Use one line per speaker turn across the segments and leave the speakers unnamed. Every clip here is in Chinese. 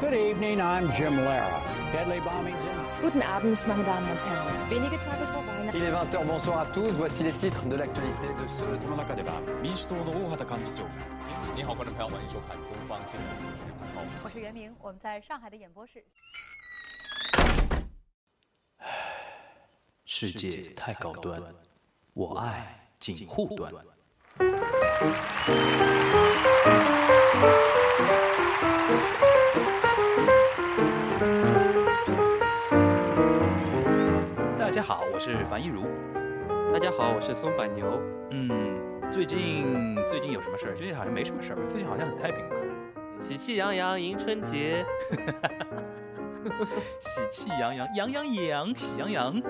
Good evening, I'm Jim Lara. Deadly bombings in.
Guten Abend, meine Damen und Herren. Wenige Tage vor Weihnachten.
Il est 20h, bonsoir à tous. Voici les titres de l'actualité de ce.
この中では民主党の大畑幹事長你好，观众朋友，欢迎收看《东方新闻》，我是潘涛。
我是袁明，我们在上海的演播室。
世界太高端，我爱锦护端。大家好，我是樊一茹。
大家好，我是松板牛。
嗯，最近最近有什么事儿？最近好像没什么事儿吧？最近好像很太平吧？
喜气洋洋迎春节，
喜气洋洋，洋洋洋，喜洋洋。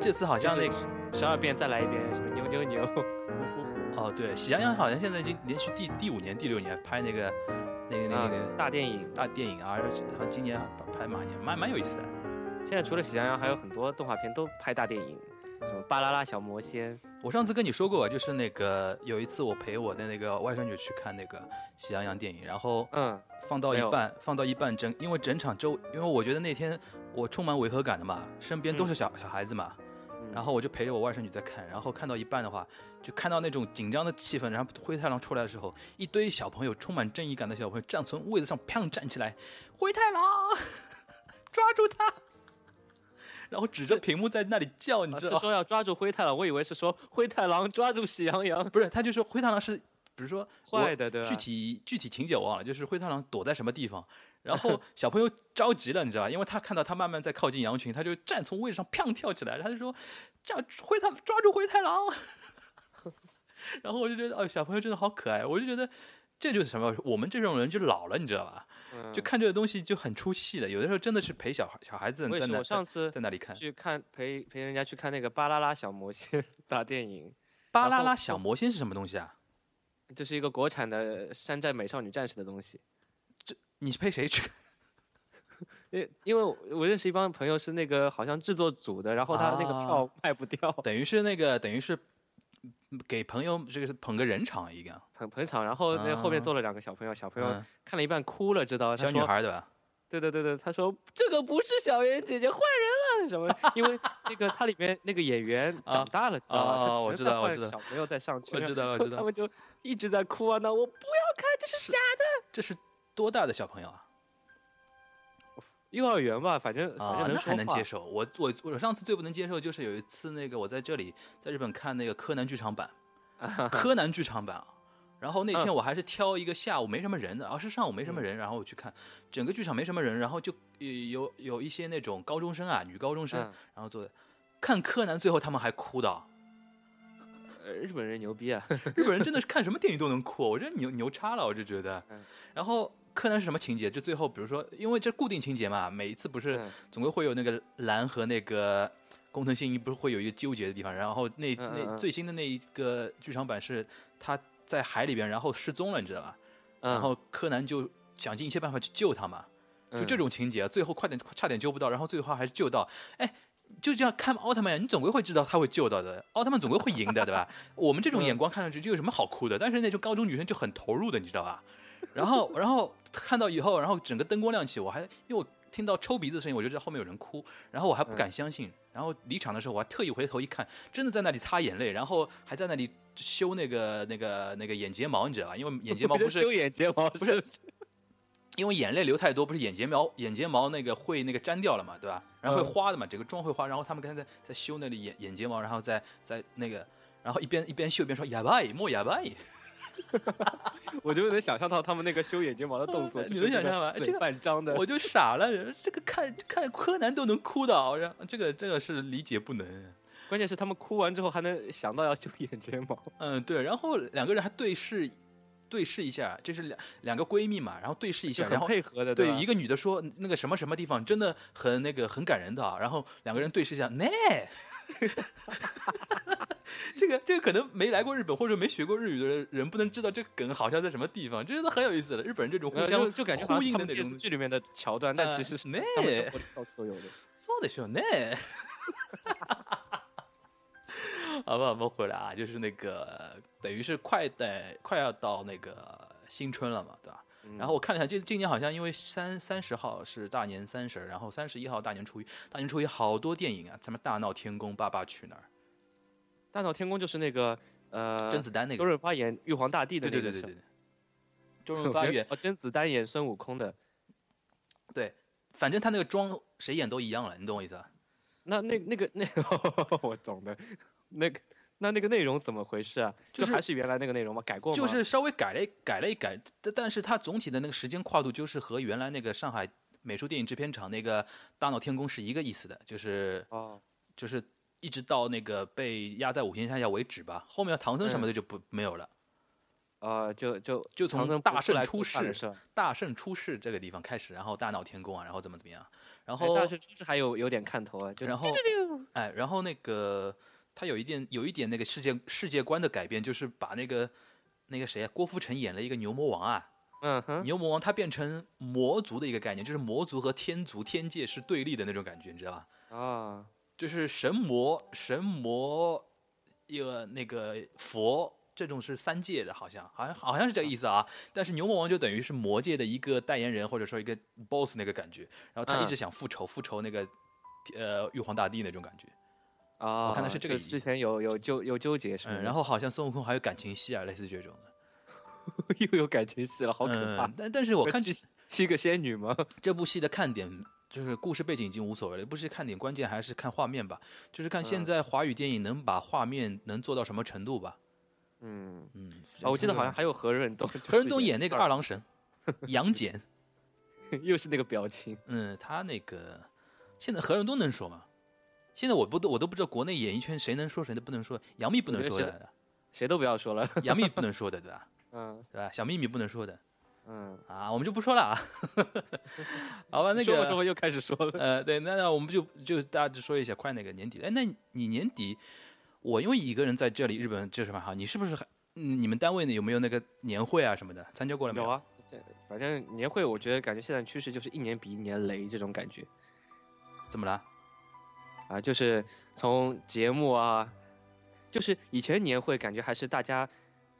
这次好像那个
十二遍再来一遍，什么牛牛啊牛，呼呼
哦，对，喜羊羊好像现在已经连续第第五年、第六年拍那个那个那个那
啊
个，
大电影。
大电影啊，而且好像今年拍马年，蛮蛮有意思的。
现在除了喜羊羊，还有很多动画片都拍大电影，什么《巴啦啦小魔仙》。
我上次跟你说过，就是那个有一次我陪我的那个外甥女去看那个喜羊羊电影，然后
嗯，
放到
没
一
有
半，放到一半整，因为整场周，因为我觉得那天我充满违和感的嘛，身边都是小、小孩子嘛，
嗯
然后我就陪着我外甥女在看，然后看到一半的话，就看到那种紧张的气氛，然后灰太狼出来的时候，一堆小朋友充满正义感的小朋友站从位子上砰站起来，灰太狼， 抓住他， 然后指着屏幕在那里叫，你哦
啊
知
是
道吗？
说要抓住灰太狼，我以为是说 灰太狼抓住喜羊羊，
不是，他就说灰太狼是，比如说我
坏的对吧
具体具体情节我忘了，就是灰太狼躲在什么地方，然后小朋友着急了，你知道吧？因为他看到他慢慢在靠近羊群，他就站从位置上砰跳起来，然后他就说：“叫灰太抓住灰太狼。” 然后我就觉得，哦，小朋友真的好可爱，我就觉得。这就是什么？我们这种人就老了，你知道吧？
嗯
就看这个东西就很出戏的。有的时候真的是陪小孩小孩子
我也
在
是
那
我
在
上次
在那里看《
去看陪陪人家去看那个《巴啦啦小魔仙》大电影，
巴
然
啦
后
啦小魔仙》是什么东西啊？
这是一个国产的山寨美少女战士的东西。
你陪谁去看？
因因为我我认识一帮朋友是那个好像制作组的，然后他那个
啊
票卖不掉，
等于是那个，等于是嗯给朋友这个是捧个人场一个，
很捧场，然后那后面
啊
坐了两个小朋友，小朋友
嗯，
看了一半哭了，知道？哎他
小女
说，
孩对吧？
对对对对，他说这个不是小圆姐姐，换人了什么？ 因为那个它里面那个演员
啊
长大了，知道
啊
吧？他
我
只
知
能再
道我
换
知道
小朋友再上去，
我知道 我知道
他们就一直在哭啊，那我不要看，这是假
这是多大的小朋友啊？
幼儿园吧，反正反
啊，
正
那
能说
还能
话
接受。我我我上次最不能接受就是有一次那个我在这里在日本看那个柯南剧 场版，柯南剧场版啊。然后那天
嗯
我还是挑一个下午没什么人的，而、是上午没什么人，然后我去看，整个剧场没什么人，然后就呃有有一些那种高中生啊，女高中生，
嗯
然后坐在看柯南，最后他们还哭的啊，
呃日本人牛 逼啊，
日本人真的是看什么电影都能哭，哦我这牛牛叉了，我就觉得
嗯。
然后柯南是什么情节？就最后，比如说，因为这固定情节嘛，每一次不是
嗯
总归会有那个蓝和那个工藤新一不是会有一个纠结的地方。然后那
嗯嗯
那
嗯
最新的那一个剧场版是他在海里边，然后失踪了，你知道吧？然
嗯
后柯南就想尽一切办法去救他嘛。就这
嗯
种情节，最后快点差点救不到，然后最后还是救到，哎。就这样看奥特曼，你总归会知道他会救到的，奥特曼总归会赢的，对吧？ 我们这种眼光看上去就有什么好哭的？但是那种高中女生就很投入的，你知道吧？然后，然后看到以后，然后整个灯光亮起，我还因为我听到抽鼻子的声音，我就知道后面有人哭，然后我还不敢相信。然后离场的时候，我还特意回头一看，真的在那里擦眼泪，然后还在那里修那个那个那个眼睫毛，你知道吧？因为眼睫毛不是
修眼睫毛
不是因为眼泪流太多，不是眼睫毛眼睫毛那个会那个粘掉了嘛，对吧？然
嗯
后会花的嘛，整个妆会花。然后他们刚才在在修那里眼眼睫毛，然后在在那个，然后一边一边修一边说哑巴莫哑巴
我就能想象到他们那个修眼睫毛的动作，
你
就是
能想
那
象吗哎
个
这
嘴
个
半张的，
我就傻了。这个看看柯南都能哭的，我说这个这个是理解不能。
关键是他们哭完之后还能想到要修眼睫毛，
嗯，对。然后两个人还对视对视一下，这是两两个闺蜜嘛，然后对视一
就
下，
很
然后
配合的，
对
吧
一个女的说那个什么什么地方真的很那个很感人的、啊，然后两个人对视一下， 那、这个这个可能没来过日本或者没学过日语的人不能知道这个梗好像在什么地方，这真的很有意思的。日本人这种互
呃
相
就就感觉好
呼
像是
应
他
的
们
那
电视
种，呃
剧里面的桥段，但其实是
那
他们生活里到处都有的。
そうでし ょうね。呃好吧，我们回来啊，就是那个等于是快得快要到那个新春了嘛，对吧？然后我看了一下，这今年好像因为三三十号是大年三十，然后三十一号大年初一，大年初一好多电影啊，什么《大闹天宫》《爸爸去哪儿
大闹天宫就是那个》呃，
甄子丹那
周
个，
润发演玉皇大帝的
对
那
对
个
对
是
对
吧，
对对，周润发演，
哦，甄子丹演孙悟空的。
反正他那个妆谁演都一样了，你懂我意思吧？
那那那个那 我懂的，那个那那个内容怎么回事啊？
就
就是还是原来那个内容吗？改过吗？
就是稍微改了一改了一改，但但是它总体的那个时间跨度就是和原来那个上海美术电影制片厂那个《大闹天宫》是一个意思的，就是
哦，
就是一直到那个被压在五行山下为止吧。后面唐僧什
嗯
么的就不、没有了。
呃，就就
就
唐
从
僧
大
不
圣
来
出
吃饭的
世
是吧？
大圣出世这个地方开始，然后大闹天宫啊，然后怎么怎么样，然
哎
后
大圣出世还有有点看头啊，就
然后哎，然后那个他有一点有一点那个世界世界观的改变，就是把那个那个谁啊，郭富城演了一个牛魔王啊，
嗯哼，
牛魔王它变成魔族的一个概念，就是魔族和天族、天界是对立的那种感觉，你知道吧？
啊
就是神魔、神魔，一个那个佛这种是三界的，好像好像好像是这个意思啊。但是牛魔王就等于是魔界的一个代言人，或者说一个 boss 那个感觉。然后他一
嗯
直想复仇，复仇那个呃玉皇大帝那种感觉。
啊，
看的是这个
就
意
之
思
前有有纠有纠结是吗？
嗯，然后好像孙悟空还有感情戏啊，类似这种的。
又有感情戏了，好可怕
嗯！，但但是我
有
看
七七个仙女吗？
这部戏的看点就是故事背景已经无所谓了，这部戏看点关键还是看画面吧，就是看现
嗯
在华语电影能把画面能做到什么程度吧。
嗯，
嗯，
啊，我记得好像还有何润东，
何润东演那个二
郎，
郎神杨戬，
又是那个表情。
嗯，他那个现在何润东能说吗？现在我不都我都不知道国内演艺圈谁能说谁都不能说，杨幂不能
我觉得
说的，
谁都不要说了。
杨幂不能说的对吧？
嗯
对吧？小秘密不能说的
嗯，
啊，我们就不说了啊。 好吧，那个
说吧说吧，又开始说了。
呃，对，那那我们就就大致说一下快那个年底。哎，那你年底，我因为一个人在这里日本就是嘛哈，你是不是还嗯你们单位呢有没有那个年会啊什么的参加过了没
有？啊，这反正年会，我觉得感觉现在趋势就是一年比一年雷这种感觉
怎么了？
啊，就是从节目啊，就是以前年会感觉还是大家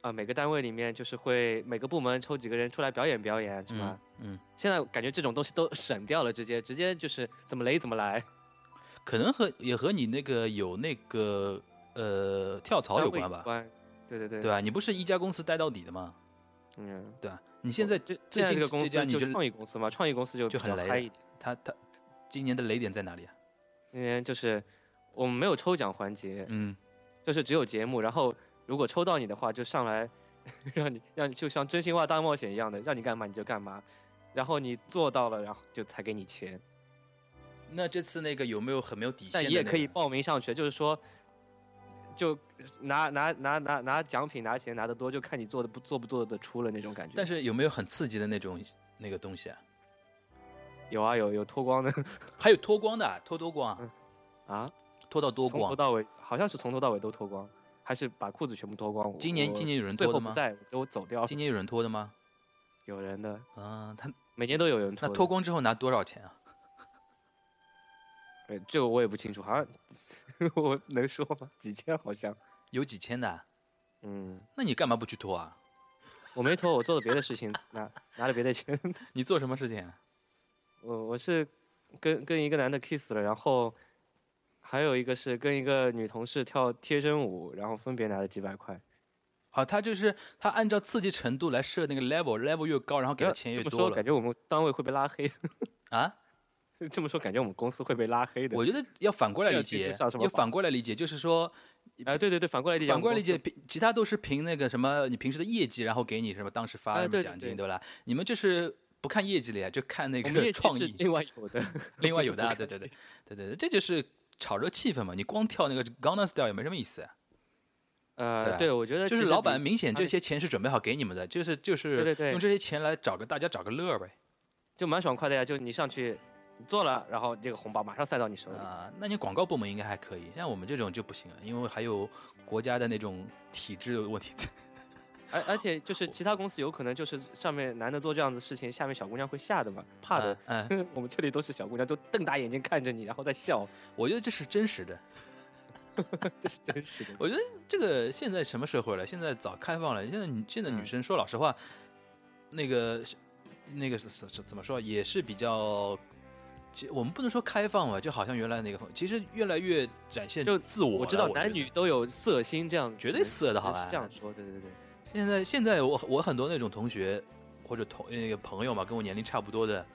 啊、每个单位里面就是会每个部门抽几个人出来表演表演什么
嗯，嗯，
现在感觉这种东西都省掉了，直接直接就是怎么雷怎么来，
可能和也和你那个有那个呃跳槽
单
有
位
关吧，
对对对
对吧？你不是一家公司待到底的吗？
嗯，
对吧？你现在
这
最
现在
近
这个公
这家
司
你
就
就
创意公司嘛，创意公司就
就
比
很雷
较嗨
了
一点。
他他今年的雷点在哪里啊？
那天就是我们没有抽奖环节，
嗯，
就是只有节目，然后如果抽到你的话，就上来 让你让你就像真心话大冒险一样的，让你干嘛你就干嘛，然后你做到了，然后就才给你钱。
那这次那个有没有很没有底线
但
的那
你
个？
也可以报名上去，就是说，就拿拿拿拿拿奖品拿钱拿得多，就看你做的不做不做得出了那种感觉。
但是有没有很刺激的那种那个东西啊？
有啊有有脱光的
还有脱光的啊，脱多光啊，
啊，
脱到多
从头
光。
到尾好像是从头到尾都脱光，还是把裤子全部脱光。我
今年
我
今年有人
最
脱
后
的
不
吗？
在，我走掉了。
今年有人脱的吗？
有人的，
啊，他
每年都有嗯人
那
脱的。
脱光之后拿多少钱啊？
呃，这个我也不清楚，好像 我能说吗？几千好像。
有几千的啊？
嗯，
那你干嘛不去脱啊？
我没脱，我做了别的事情，拿拿了别的钱。
你做什么事情啊？
我我是跟跟一个男的 kiss 了，然后还有一个是跟一个女同事跳贴身舞，然后分别拿了几百块。
好，他啊就是他按照刺激程度来设那个 level，level 越高，然后给的钱越
呃这么
多
说感
了
觉我们单位会被拉黑的。
啊。
这么说感觉我们公司会被拉黑的。
我觉得要反过来
这
理
个具体
解
上什，么
要
法
反过来理解，就是说
哎、对对对，反过来理解，
反过来理解，，凭其他都是凭那个什么你平时的业绩，然后给你什么当时发什
哎
么
对对
奖
对
金，对吧？你们这是不看业绩了呀，就看那
我们
个
业绩
创
是
意。
另外 有的，
另
不
外
是
有的啊，
不
对对
看
对对对对，这就是炒热气氛嘛。你光跳那个 Gangnam Style 也没什么意思啊，对
呃，
啊
对，我觉得
就是
其实
老
比
板明显
他
这
那
些钱是准备好给你们的，就是就是
对对对
用这些钱来找个大家找个乐儿呗
就蛮爽快的呀，就你上去你做了，然后这个红包马上塞到你手里。
啊。那你广告部门应该还可以，像我们这种就不行了，因为还有国家的那种体制的问题在。
而而且就是其他公司有可能就是上面男的做这样子事情，下面小姑娘会吓的嘛，怕的。
嗯，嗯
我们这里都是小姑娘，都瞪大眼睛看着你，然后再笑，
我觉得这是真实的。
这是真实的。
我觉得这个现在什么社会了？现在早开放了。现在你现在女
嗯
生说老实话，那个那个是是是怎么说，也是比较。其我们不能说开放吧，就好像原来那个风，其实越来越展现
就
自 我了。
我
我
知道
觉得
男女都有色心这样子，
绝对色的好吧
是这样说，对对对，
现在现在我我很多那种同学或者同那个朋友嘛，跟我年龄差不多的，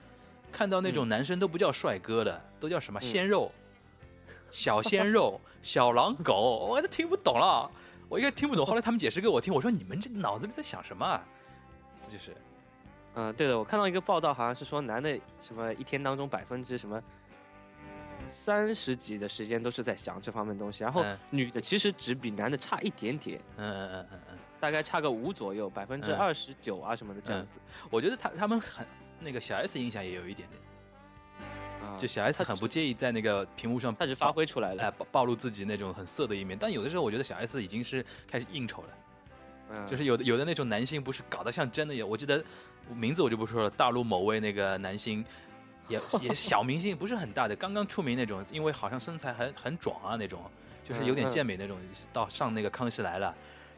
看到那种男生都不叫帅哥的，都叫什么
嗯
鲜肉、小鲜肉、 小狼狗，我都听不懂了。我应该听不懂，后来他们解释给我听，我说你们这脑子里在想什么、啊？这就是
嗯，对的，我看到一个报道，好像是说男的什么一天当中百分之什么三十几的时间都是在想这方面的东西，然后
嗯
女的其实只比男的差一点点，
嗯嗯嗯嗯嗯。
大概差个五左右，百分之
嗯
二十九啊什么的这样子。
我觉得他他们很那个小 S 影响也有一点点，
啊
就小 S 很不介意在那个屏幕上
他只发挥出来
哎
了，
暴暴露自己那种很色的一面，但有的时候我觉得小 S 已经是开始应酬了。
嗯
就是有的有的那种男星不是搞得像真的一样，我记得名字我就不说了，大陆某位那个男星也 也小明星，不是很大的，刚刚出名那种，因为好像身材很很壮啊那种，就是有点
嗯嗯
健美那种，到上那个康熙来了。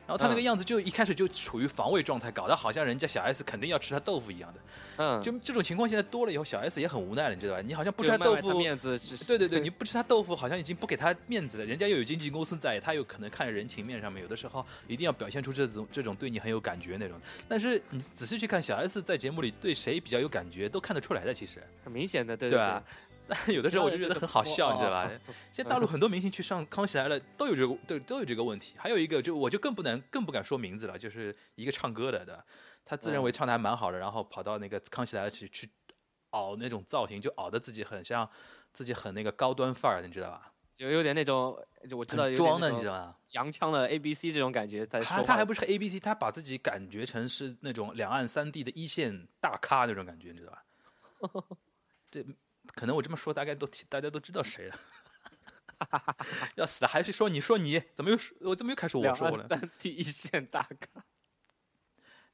然后他那个
嗯
样子就一开始就处于防卫状态，搞得好像人家小 S 肯定要吃他豆腐一样的。
嗯，
就这种情况现在多了以后，小 S 也很无奈了，你知道吧？你好像不
就
吃他
卖
豆
卖
腐，
面子是，
对对对，你不吃他豆腐，好像已经不给他面子了。人家又有经纪公司在，他有可能看人情面上面，有的时候一定要表现出这种这种对你很有感觉那种。但是你仔细去看小 S 在节目里对谁比较有感觉，都看得出来的，其实
很明显的，对
对啊
对
吧？但 有的时候我就觉得很好笑，你知道吧？现在大陆很多明星去上《康熙来了》都有这个都都有这个问题。还有一个就我就更不能更不敢说名字了，就是一个唱歌的的，他自
嗯
认为唱的还蛮好的，然后跑到那个《康熙来了》去去熬那种造型，就熬的自己很像自己很那个高端范儿，你知道吧？
就有点那种，就我知道
很
有
装的，
的，
你知道吗？
洋腔的 A B C 这种感觉在说
他
话，
他还不是 A B C，他把自己感觉成是那种两岸三地的一线大咖那种感觉，你知道吧？ 这可能我这么说，大概都大家都知道谁了。 要死了，还是说你说你怎么又是我怎么又开始我
两
说我
岸
了？
三 地一线大咖，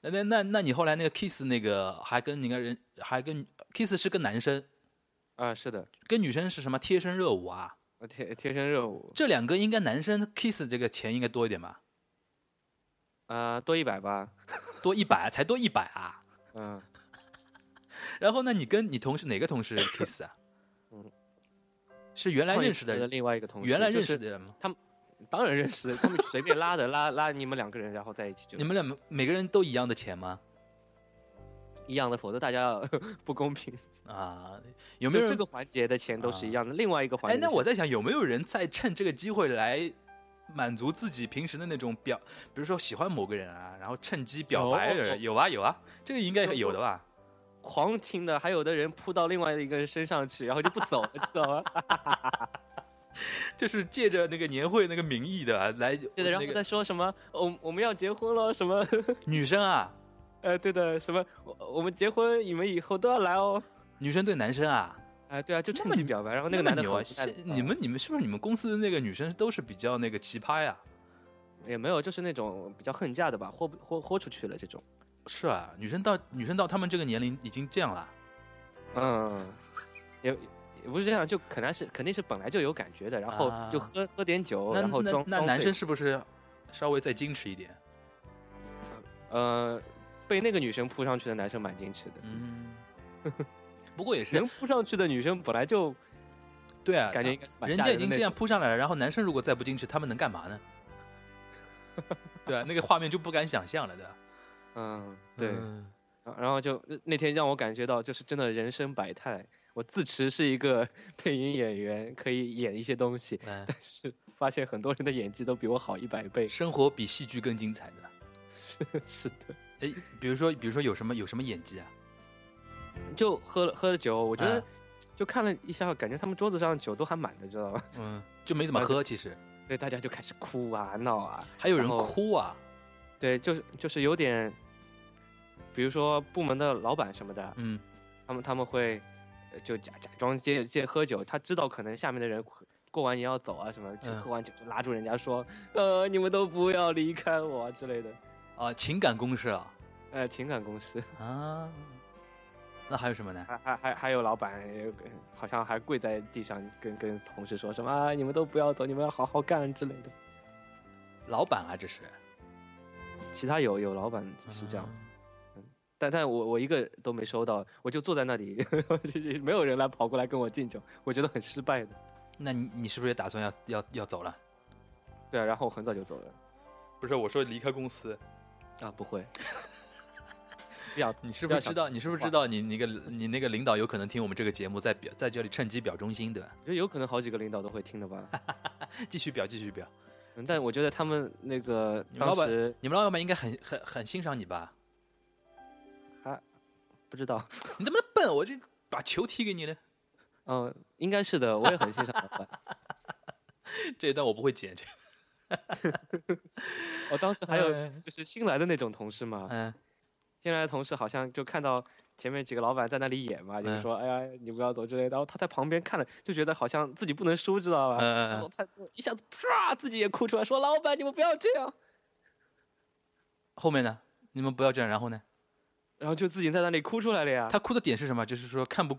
那那那那你后来那个 Kiss 那个还跟那个人还跟 Kiss 是个男生，
啊，是的，
跟女生是什么贴身热舞啊？
我呃贴贴身热舞，
这两个应该男生 Kiss 这个钱应该多一点吧？
啊，多一百吧，
多一百才多一百啊！
嗯，
然后呢，你跟你同事哪个同事 kiss 啊？
嗯
是原来
创业
认识的
公司
人，
另外一个同事，
原来
就
认
是
识的人吗？
当然认识，他们随便拉的，拉拉你们两个人，然后在一起就
你们俩每个人都一样的钱吗？
一样的，否则大家 不公平。
啊，有没有人
就这个？环节的钱都是一样的，另外一个环
哎
节，的
那我
钱
在想，有没有人在趁这个机会来满足自己平时的那种表，比如说喜欢某个人啊，然后趁机
哦
表白的人，有啊有啊，这个应该有的吧？
狂亲的，还有的人扑到另外一个人身上去，然后就不 走了，知道吗？
就是借着那个年会那个名义的啊来，
对的，然后
那个
再说什么，我我们要结婚了，什么，
女生啊，
呃，对的，什么，我我们结婚，你们以后都要来哦。
女生对男生啊，
啊，对啊，就趁
那么
机表白，然后那个
么
男的
牛啊，
很
是你们你们是不是你们公司的那个女生都是比较那个奇葩呀？
也没有，就是那种比较恨嫁的吧，豁不豁豁出去了这种。
是啊，女生到女生到她们这个年龄已经这样了，
嗯，也也不是这样，就可能是肯定是本来就有感觉的，然后就
啊
喝、喝点酒，
那
哦然后
那
装
那
装
男
醉
生是不是稍微再矜持一点？
呃被那个女生扑上去的男生蛮矜持的，
嗯，不过也是
能扑上去的女生本来就
对啊，
感觉应该是蛮
人
吓
家已
的
经
那
这样
种，
扑上来了，然后男生如果再不矜持，他们能干嘛呢？ 对啊，那个画面就不敢想象了 的。
嗯，对，
嗯
然啊然后就那天让我感觉到就是真的人生百态。我自持是一个 配音演员，可以演一些东西，
嗯，
但是发现很多人的演技都比我好一百倍。
生活比戏剧更精彩的。
是的，
哎，比如说，比如说有什么有什么演技啊？
就喝了喝了酒，我觉得
嗯
就看了一下，感觉他们桌子上的酒都还满的，知道吗？
嗯，就没怎么
那就
喝，其实
对，大家就开始哭啊闹啊，
还有人
然后
哭啊。
对，就是就是有点，比如说部门的老板什么的，
嗯，
他们他们会呃就假假装借借喝酒，他知道可能下面的人可过完年要走啊什么，就
嗯
喝完酒就拉住人家说，呃，你们都不要离开我啊之类的，
啊，情感公式啊。
呃，情感公式，
啊，那还有什么呢？
还还还还有老板也好像还跪在地上跟跟同事说什么、啊，你们都不要走，你们要好好干之类的。
老板啊，这是嗯
其他有有老板是这样子，但但我我一个都没收到，我就坐在那里， 没有人来跑过来跟我敬酒，我觉得很失败的。
那你你是不是也打算要要要走了？
对啊，然后我很早就走了
不是，我说离开公司，
啊，不会，不要
你 是不是
不要
知
想
道？你是不是知道你那个你那个领导有可能听我们这个节目，在表在这里趁机表忠心，对吧？
我觉得有可能好几个领导都会听的吧。
哎继续表，继续表。
嗯但我觉得他们那个
你们
当
老板
时
你们老板应该很很很欣赏你吧？
不知道，
你怎么那么笨？我就把球踢给你呢。
嗯，应该是的，我也很欣赏老板。
这一段我不会剪。 这
我当时还 有
嗯
就是新来的那种同事嘛，
嗯
新来的同事好像就看到前面几个老板在那里演嘛，就是
嗯
说哎呀你不要走之类的，然后他在旁边看了就觉得好像自己不能输，知道
嗯
吧？然后
嗯，
他就一下子啪自己也哭出来，说老板你们不要这样，
后面呢？你们不要这样。然后呢？
然后就自己在那里哭出来了呀。
他哭的点是什么？就是说看不，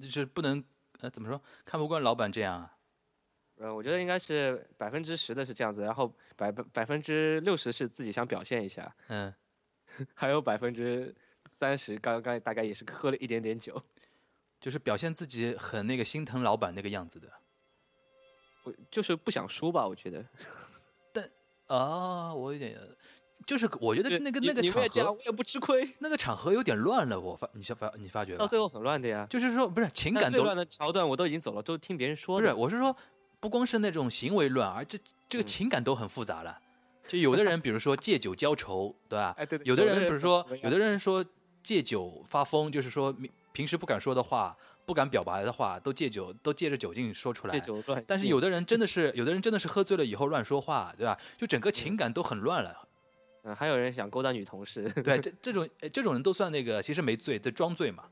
就是不能，呃，怎么说？看不惯老板这样啊？
呃，我觉得应该是百分之十的是这样子，然后百分百分之六十是自己想表现一下，
嗯，
还有百分之三十刚刚大概也是喝了一点点酒，
就是表现自己很那个心疼老板那个样子的。
我就是不想输吧，我觉得。
啊，我有点，就是我觉得那个
你
那个
你们也这
场
样，
合
我也不吃亏。
那个场合有点乱了。我发你发你发觉
到
吧？
最后很乱的呀。
就是说不是情
但
感
哦最
都
乱的桥段我都已经走了，都听别人说
不是，
的。
我是说，不光是那种行为乱，而这这个
嗯
情感都很复杂了。就有的人，比如说借酒浇愁，对吧？
哎，对对，
有的人比如说
怎么，样
有的人说借酒发疯，就是说明平时不敢说的话、不敢表白的话，都借酒都借着酒劲说出来
借。酒乱性，
但是有的人真的是，有的人真的是喝醉了以后乱说话，对吧？就整个情感都很乱了。
嗯，还有人想勾搭女同事，
对，这这种哎这种人都算那个，其实没醉，这装醉嘛，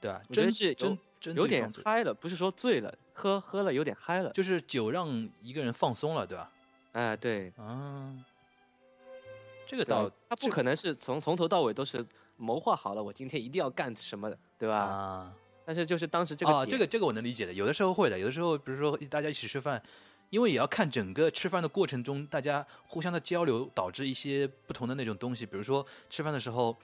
对吧？
我觉得
真
是有
真真
有
醉
点
装醉
嗨了，不是说醉了，喝喝了有点嗨了。
就是酒让一个人放松了，对吧？
哎，对，
啊，这个
嗯对吧
倒
他不
这
可能是从从头到尾都是谋划好了，我今天一定要干什么的，对吧？
啊
但是就是当时这个
啊，
点
这个这个我能理解的，有的时候会的，有的时候比如说大家一起吃饭，因为也要看整个吃饭的过程中大家互相的交流，导致一些不同的那种东西，比如说吃饭的时候。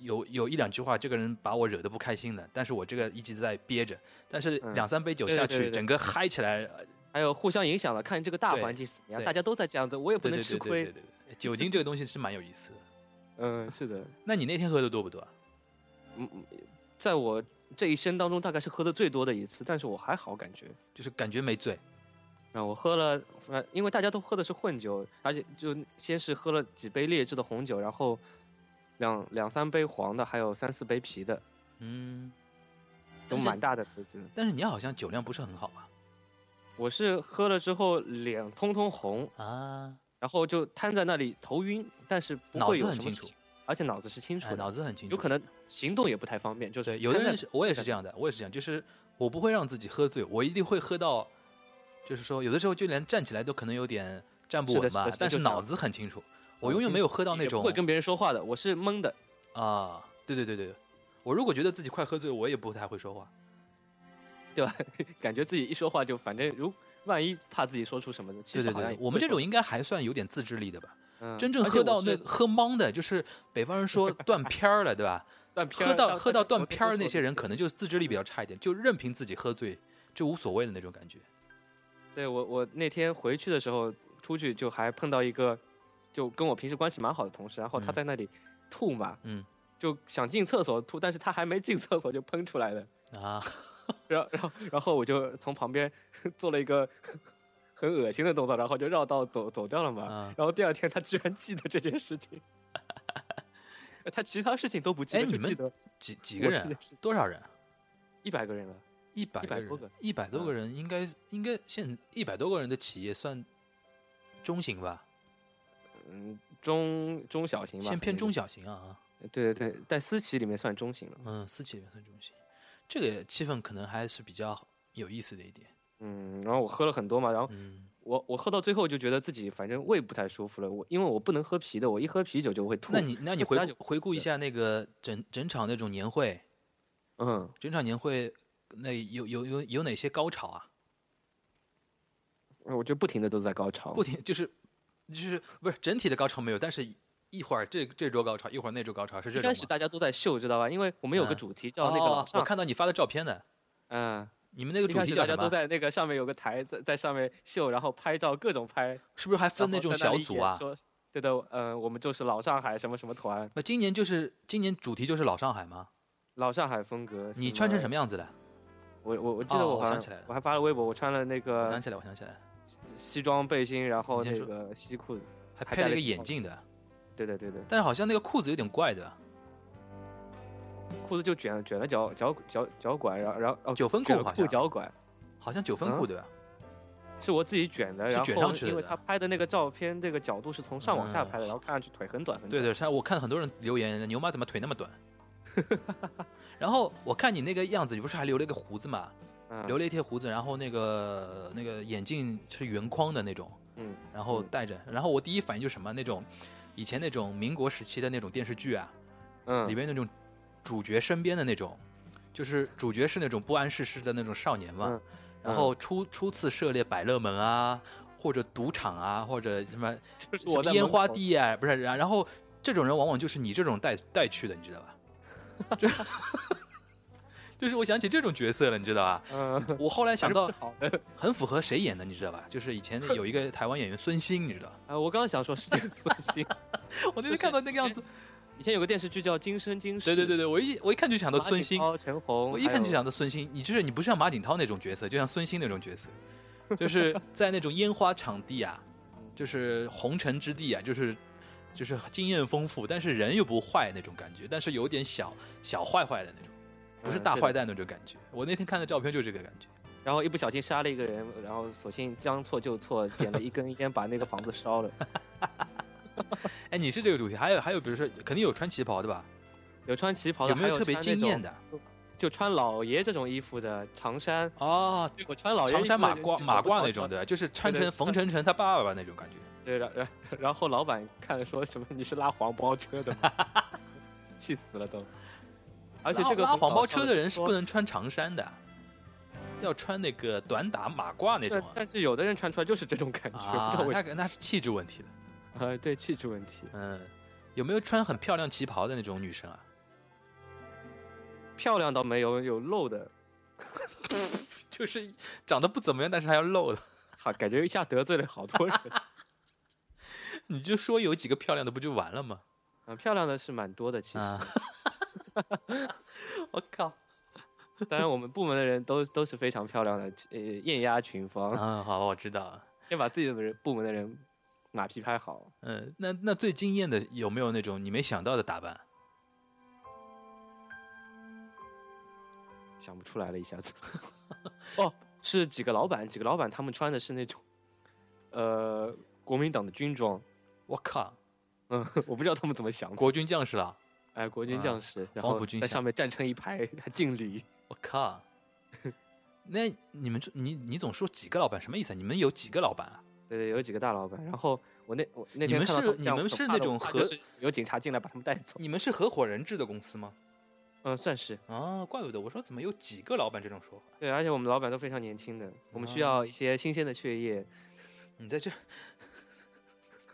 有有一两句话，这个人把我惹得不开心了，但是我这个一直在憋着，但是
嗯
两三杯酒
对对
下
对
去，
对对
整个嗨起来，呃
还有互相影响了，看这个大
对
环境是怎么样，
对
大家都在这样子，我也不
对
能
对对
吃
对对
亏。
对对，酒精这个东西是蛮有意思的。
嗯，是的，
那你那天喝的多不多啊？
在我这一生当中大概是喝的最多的一次，但是我还好感觉。
就是感觉没醉，
啊，我喝了，呃，因为大家都喝的是混酒，而且就先是喝了几杯劣质的红酒，然后两两三杯黄的，还有三四杯啤的，
嗯，
都
但是
蛮大的杯子。
但是你好像酒量不是很好啊吧？
我是喝了之后脸通通红，
啊，
然后就瘫在那里头晕，但是不
脑
会
子
有
很
什么
清
事
楚
情，，而且脑子是清楚
哎，
的，
脑子很清楚，
有可能行动也不太方便，就是
对。有的
瘫在
人是，我也是
在
这样的，我也是这样，就是我不会让自己喝醉，我一定会喝到，就是说有的时候就连站起来都可能有点站不
是的
稳
是
嘛
的是的，
但
就是这样
脑子很清楚，我
嗯
永远
清
没有喝到
也
那种
不会跟别人说话的，我是懵的。
啊，对对对对，我如果觉得自己快喝醉，我也不太会说话。
感觉自己一说话就反正如万一怕自己说出什么的，其
对
实
对
好像
对
也，不
我们
会
这
说
种应该还算有点自制力的吧。
嗯
真正
而且
喝
我
到
是
那喝懵的，就是北方人 说断片儿了，对吧？
断片儿，
喝到喝到
昨
断
天
片儿
中
那
午
些人，
就
可能就是自制力比较差一点，就任凭自己喝醉，就无所谓的那种感觉。
对我我那天回去的时候，出去就还碰到一个，就跟我平时关系蛮好的同事，然后他
嗯
在那里吐嘛，
嗯，
就想进厕所吐，但是他还没进厕所就喷出来了，
啊，
然后然后然后我就从旁边 做了一个很恶心的动作，然后就绕道走走掉了嘛，
嗯
然后第二天他居然记得这件事情。 他其他事情都不记
哎
得，
你
就
们
记得
几几个
我
人
这
啊
件事？
多少人啊？
一百个人了。
一百
100多
人
个，嗯
一百多个人，应该应该现一百多个人的企业算中型吧，
嗯，中中小型吧，
先偏
可能
中
就。
小型啊。
对对对，在私企里面算中型了。
嗯，私企也算中型，这个气氛可能还是比较有意思的一点。
嗯，然后我喝了很多嘛，然后
嗯，
我我喝到最后就觉得自己反正胃不太舒服了，我因为我不能喝啤的，我一喝啤酒就会吐。
那你那你
其
回
他
顾
就
回顾一下那个整整场那种年会，
嗯，
整场年会那有有有有哪些高潮啊？
我就不停的都在高潮。
不停就是就是不是整体的高潮没有，但是一会儿这这周高潮，一会儿那周高潮，是这种
一开
吗
始大家都在秀，知道吧？因为我们有个
嗯
主题叫那个老
哦，我
丈，
看到你发的照片呢，
嗯，
你们那个
一
主
开
题
始
叫
大
什
家都
么？
在那个上面有个台在在上面秀，然后拍照各种拍，
是不是还分
然
那
后
种
在
小
里
组
演
啊？
说对的，嗯，我们就是老上海什么什么团，
那今年就是今年主题就是老上海吗？
老上海风格。
你穿成什
么？呃
么样子的？
我我我记得
哦
我
我
好
想
像
起来了
我还发了微博，我穿了那
我想
个
起来，我想起来了，
西装背心，然后
你先说
那个西裤子。
还
还
配了一
戴
个
了个
眼
帽子
镜的，
对对对对，
但是好像那个裤子有点怪的，
裤子就卷卷了脚脚脚脚拐，然后然后哦
九分
卷
裤
了
好
裤
像
脚拐，
好像九分
嗯
裤对吧？
是我自己卷的，
是
然
卷
后
上去
因
的
为
的
他拍的那个照片，这个角度是从上往下
嗯
拍的，然后看上去腿很短很短。
对对，像我看很多人留言，牛妈怎么腿那 么短？然后我看你那个样子，你不是还留了一个胡子嘛？
嗯，
留了一贴胡子，然后那个那个眼镜是圆框的那种，
嗯，
然后
嗯
戴着。然后我第一反应就是什么那种，以前那种民国时期的那种电视剧啊，
嗯
里边那种主角身边的那种，就是主角是那种不谙世事的那种少年嘛，
嗯
然后初初次涉猎百乐门啊，或者赌场啊，或者什么
就是
什
我
么
在
烟
门
花
口，
地啊，不是，然然后这种人往往就是你这种带带去的，你知道吧？ 这就是我想起这种角色了，你知道吧？
嗯，
我后来想 到
是，好的。
很符合谁演的，你知道吧？就是以前 有一个台湾演员孙兴，你知道？
啊，我刚刚想说是 这个孙兴，
我那天看到那个样子，
以前有个电视剧叫《今生今世》，
对对对对，我一我一看就想到
马景涛，
孙兴，
陈红，
我一看就
还有
想到孙兴，你就是你不是像马景涛那种角色，就像孙兴那种角色，就是在那种烟花场地啊，就是红尘之地啊，就是就是经验丰富，但是人又不坏那种感觉，但是有点小小坏坏的那种，不是
嗯
大
对
坏
的
蛋那种感觉。我那天看的照片就是这个感觉。
然后一不小心杀了一个人，然后索性将错就错，点了一根烟把那个房子烧了。
哎，你是这个主题，还有还有，比如说肯定有穿旗袍的吧？
有穿旗袍的，
有没
哦还
有特别
穿那
惊艳
种？
的？
就穿老爷这种衣服的长衫，
哦，
对我穿老爷
长
衣
衫
服的
马
人
褂
其实
马
我不
褂
好
那种
穿。
对吧，就是穿
对
成
对
冯晨晨他爸爸那种感觉。
对，然然然后老板看了说什么你是拉黄包车的吗， 气死了都。而且这个
拉拉
很
黄
搞
包
笑
车的人是
说
不能穿长衫的，要穿那个短打马褂那
对
种啊。
但是有的人穿出来就是这种感觉，
啊
不知道，为
那
什
个那是气质问题的。
么。呃， 对气质问题，
嗯，有没有穿很漂亮旗袍的那种女生啊？
漂亮倒没有，有露的，
就是长得不怎么样，但是还要露的。
好感觉一下得罪了好多人。
你就说有几个漂亮的不就完了 吗？
嗯，漂亮的是蛮多的，其实。
啊，我靠！
当然，我们部门的人都都是非常漂亮的，呃，艳压群芳。
嗯，好，我知道了。
先把自己的人部门的人马屁拍好。
嗯，那那最惊艳的有没有那种你没想到的打扮？
想不出来了，一下子。哦，是几个老板，几个老板他们穿的是那种，呃，国民党的军装。
我靠，
嗯， 我不知道他们怎么想的。
国军将士了！
哎，国军
啊
将士，然
黄
后
埔军
在
校
上面站成一排，还敬礼。
我 靠！那你们这你你总说几个老板什么意思啊？你们有几个老板啊？
对对，有几个大老板。然后我那我那
你
天
们
看到
是
他这
你
样
们
我
是
怕
那
的
种
话
合
就是有警察进来把他们带走。
你们是合伙人制的公司吗？
嗯，算是
啊，怪不得我说怎么有几个老板这种说法？
对，而且我们老板都非常年轻的，我们需
啊
要一些新鲜的血液。
你在这，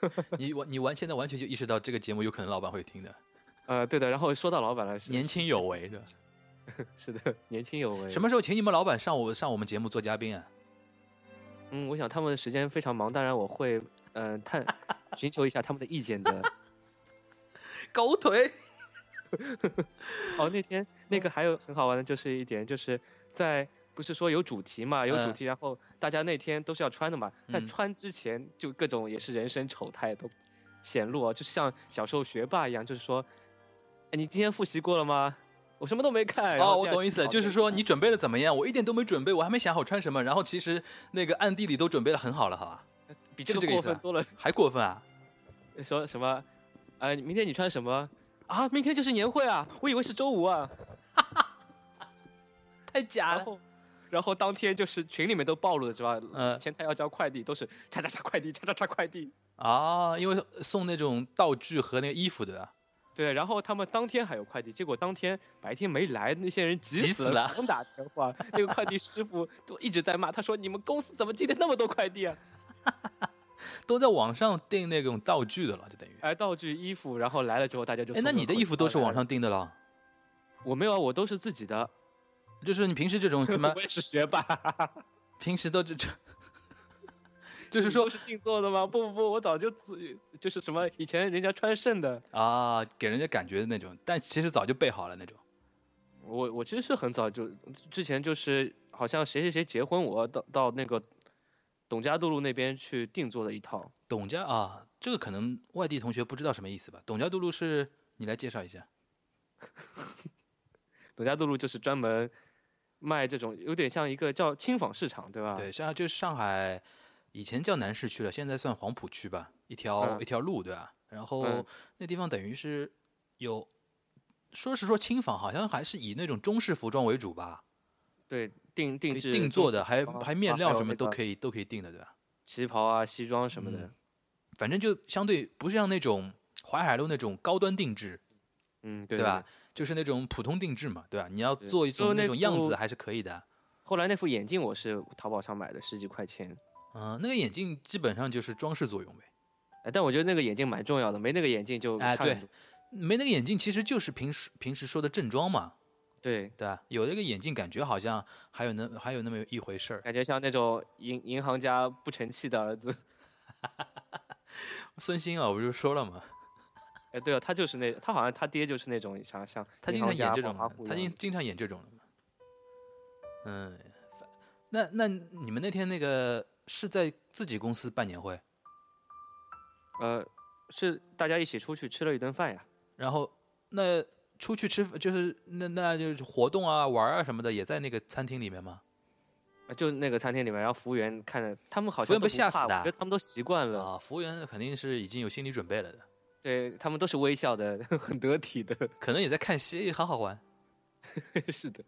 你完你完现在完全就意识到这个节目有可能老板会听的，
呃，对的。然后说到老板了，是
年轻有为的。
是的，年轻有为。
什么？时候请你们老板上我上我们节目做嘉宾啊？
嗯，我想他们的时间非常忙，当然我会嗯、呃探 寻求一下他们的意见的。
狗腿，
哦，那天那
嗯
个还有很好玩的，就是一点就是在不是说有主题嘛，有主
嗯
题，然后大家那天都是要穿的嘛，但
嗯
穿之前就各种也是人生丑态都显露啊，就像小时候学霸一样，就是说，哎，你今天复习过了吗？我什么都没看。然
哦，
后
我
第二
懂意
天
思了，
早
就是
晨
说
看
你准备的怎么样？我一点都没准备，我还没想好穿什么，然后其实那个暗地里都准备的很好了，好吧？
比
是
这
这
个
个意
过
思
分
吧
多了。
还过分啊？
说什么？呃，明天你穿什么？啊，明天就是年会啊，我以为是周五啊。
太假
然！后，然后当天就是群里面都暴露了，是吧？
嗯
以前他要交快递都是叉叉叉快递，叉叉叉快递。
啊，因为送那种道具和那个衣服啊对吧？
对，然后他们当天还有快递，结果当天白天没来，那些人急
急死
死
了
狂打电话，那个快递师傅都一直在骂，他说：“你们公司怎么今天那么多快递啊
都在网上订那种道具的了，就等于。
哎，道具、衣服，然后来了之后大家就
哎，
送
那
个
你的
口
衣服
罩
都是
来
网
了
上订的了？
我没有啊，我都是自己的。
就是你平时这 种什么
我，也是学霸，
平时都这这，就是
你
说
都是定做的吗？不不不，我早就自就是什么以前人家穿剩的，
啊，给人家感觉的那种，但其实早就备好了那种。
我我其实是很早就之前就是好像谁谁谁结婚，我到到那个董家渡路那边去定做了一套。
董家啊，这个可能外地同学不知道什么意思吧？董家渡路是你来介绍一下
董家渡路就是专门卖这种，有点像一个叫轻纺市场，对吧？
对，上就是上海以前叫南市区了，现在算黄浦区吧，一条、
嗯
一条路对吧？然后、
嗯
那地方等于是有，说是说轻纺，好像还是以那种中式服装为主吧，
对，定定制
定做的，还
服装
还面
啊
料
有
什么
那
都
个
可以都可以定的对吧？
旗袍啊、西装什么的
嗯。反正就相对不像那种淮海路那种高端定制，
嗯，对
对吧？？就是那种普通定制嘛，对吧？你要
对
做一
就
做那
那
种样子
副
还是可以的。
后来那副眼镜我是淘宝上买的，十几块钱。
嗯、那个眼镜基本上就是装饰作用呗。
哎，但我觉得那个眼镜蛮重要的，没那个眼镜就
哎
差很
对
多
没那个眼镜其实就是平时平时说的正装嘛，
对，
对吧？有那个眼镜，感觉好像还有那还有那么一回事儿。
感觉像那种银银行家不成器的儿子。
孙兴啊，我不是说了嘛，
哎，对啊，他就是那，他好像他爹就是那种像像
他
银
经
行
常演
家
这
暴
种
发
的，
户一
他
样
经经常演这种的嘛。嗯，那那你们那天那个是在自己公司办年会，
呃，是大家一起出去吃了一顿饭呀。
然后那出去吃就是那那就是活动啊玩儿啊什么的也在那个餐厅里面吗？
呃就那个餐厅里面，然后服务员看着他们好
服务
像
员
都
被吓
怕
死的
我觉得他们都习惯了，
啊，服务员肯定是已经有心理准备了的，
对他们都是微笑的， 很得体的。
可能也在看戏，好好玩。
是的，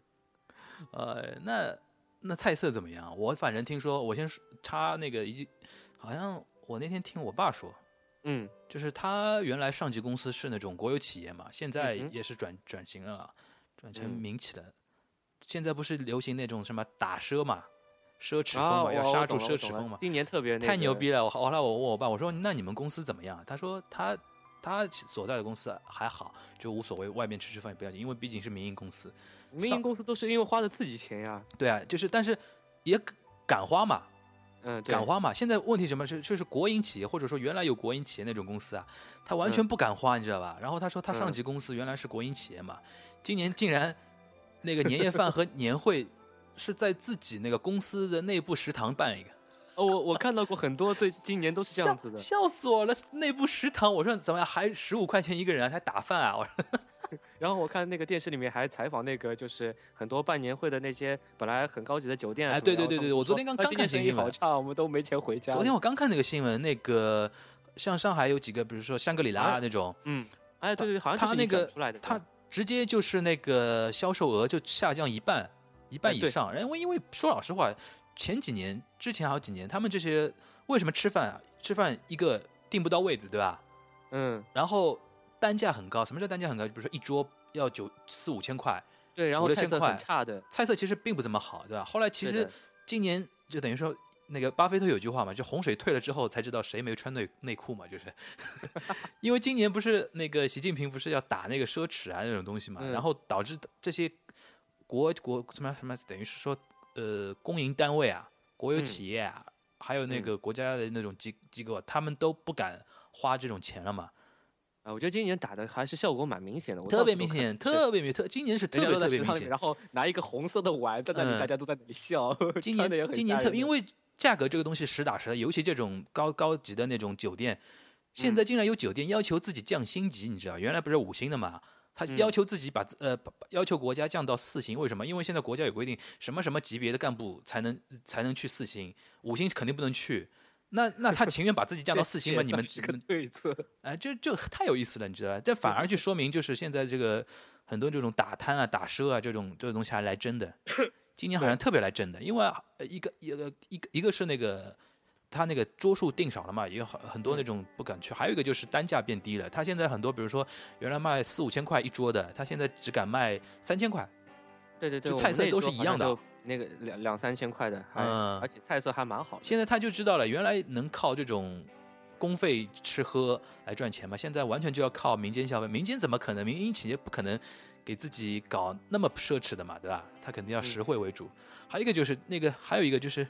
呃，那那菜色怎么样？我反正听说，我先说插那个一句，好像我那天听我爸说，
嗯，
就是他原来上级公司是那种国有企业嘛，现在
嗯哼
也是转、转型了啦，转成
嗯
民企了。现在不是流行那种什么打奢嘛，奢侈风
啊，
嘛，
我
要
我
刹住
懂了
奢
我
侈
懂了
风嘛。
今年特别那
太牛
个
逼了！我后来我问我爸，我说那你们公司怎么样？他说他他所在的公司还好，就无所谓，外面吃吃饭也不要紧，因为毕竟是民营公司。
民
上
营公司都是因为花的自己钱呀。
对啊，就是但是也敢花嘛，
嗯，对
敢花嘛。现在问题什么是就是国营企业或者说原来有国营企业那种公司啊，他完全不敢花，你知道吧？然后他说他上
嗯
级公司原来是国营企业嘛，今年竟然那个年夜饭和年会是在自己那个公司的内部食堂办一个。
哦，我我看到过很多，对，今年都是这样子的。
笑，笑死我了！内部食堂，我说怎么样还十五块钱一个人啊，还打饭啊？我说
然后我看那个电视里面还采访那个，就是很多办年会的那些本来很高级的酒店啊
哎
什么的。
对对
然
对对
后他们
对
就
我昨
说
天刚
啊
刚
今
看
年
这个
生意
新闻
好差，我们都没钱回家了。
昨天我刚看那个新闻，那个像上海有几个，比如说香格里拉
哎
啊那种，
嗯，哎对对，对好像
他
就是
那
你转
个
出来的
他直接就是那个销售额就下降一半，一半
哎
以
对
上。因为因为说老实话，前几年之前好几年，他们这些为什么吃饭啊？吃饭一个订不到位子，对吧？
嗯
然后单价很高。什么叫单价很高？就比如说一桌要九四五千块，
对，然
五
后
六
菜
千
色
块
很差的。
菜色其实并不怎么好，对吧？后来其
对
实
的
今年就等于说，那个巴菲特有句话嘛，就洪水退了之后才知道谁没有穿内内裤嘛，就是， 因为今年不是那个习近平不是要打那个奢侈啊那种东西嘛，
嗯
然后导致这些国国什么什么，等于是说呃公营单位啊、国有
嗯
企业啊，还有那
嗯
个国家的那种机机构啊，他们都不敢花这种钱了嘛，
啊，我觉得今年打的还是效果蛮明显的，我
特
到
别
处
明
都看
显，
是
特别明特，今年是特
人家
别
都在
特别
食
明
堂里
显
面，。然后拿一个红色的碗在那里，
嗯
大家都在那里笑。
今
穿得也
年
很
今
吓
年特
人
因
的
为价格这个东西实打实的，尤其这种高高级的那种酒店，现
嗯
在竟然有酒店要求自己降星级，你知道，原来不是五星的嘛。他
嗯
要求自己把自、呃把把要求国家降到四星，为什么？因为现在国家有规定，什么什么级别的干部才能才能去四星，五星肯定不能去。那那他情愿把自己降到
这
四
这
星
也
吧？你
算
们
是
你
个
们
对策。
哎，这这太有意思了，你知道吧？这反而就说明，就是现在这个很多这种打贪啊、打奢啊这种这种东西还来真的。今年好像特别来真的，因为啊呃一个一个一个一个是那个他那个桌数定少了嘛，也有很很多那种不敢去，还有一个就是单价变低了。他现在很多，比如说原来卖四五千块一桌的，他现在只敢卖三千块。
对对对，
就
我
菜
们
色
那
都
桌
是一
好像
样的
就那个两两三千块的，还、
嗯
而且菜色还蛮好的。
现在他就知道了，原来能靠这种公费吃喝来赚钱嘛，现在完全就要靠民间消费。民间怎么可能？民营企业不可能给自己搞那么奢侈的嘛，对吧？他肯定要实惠为主。还有一个就是那个，还有一个就是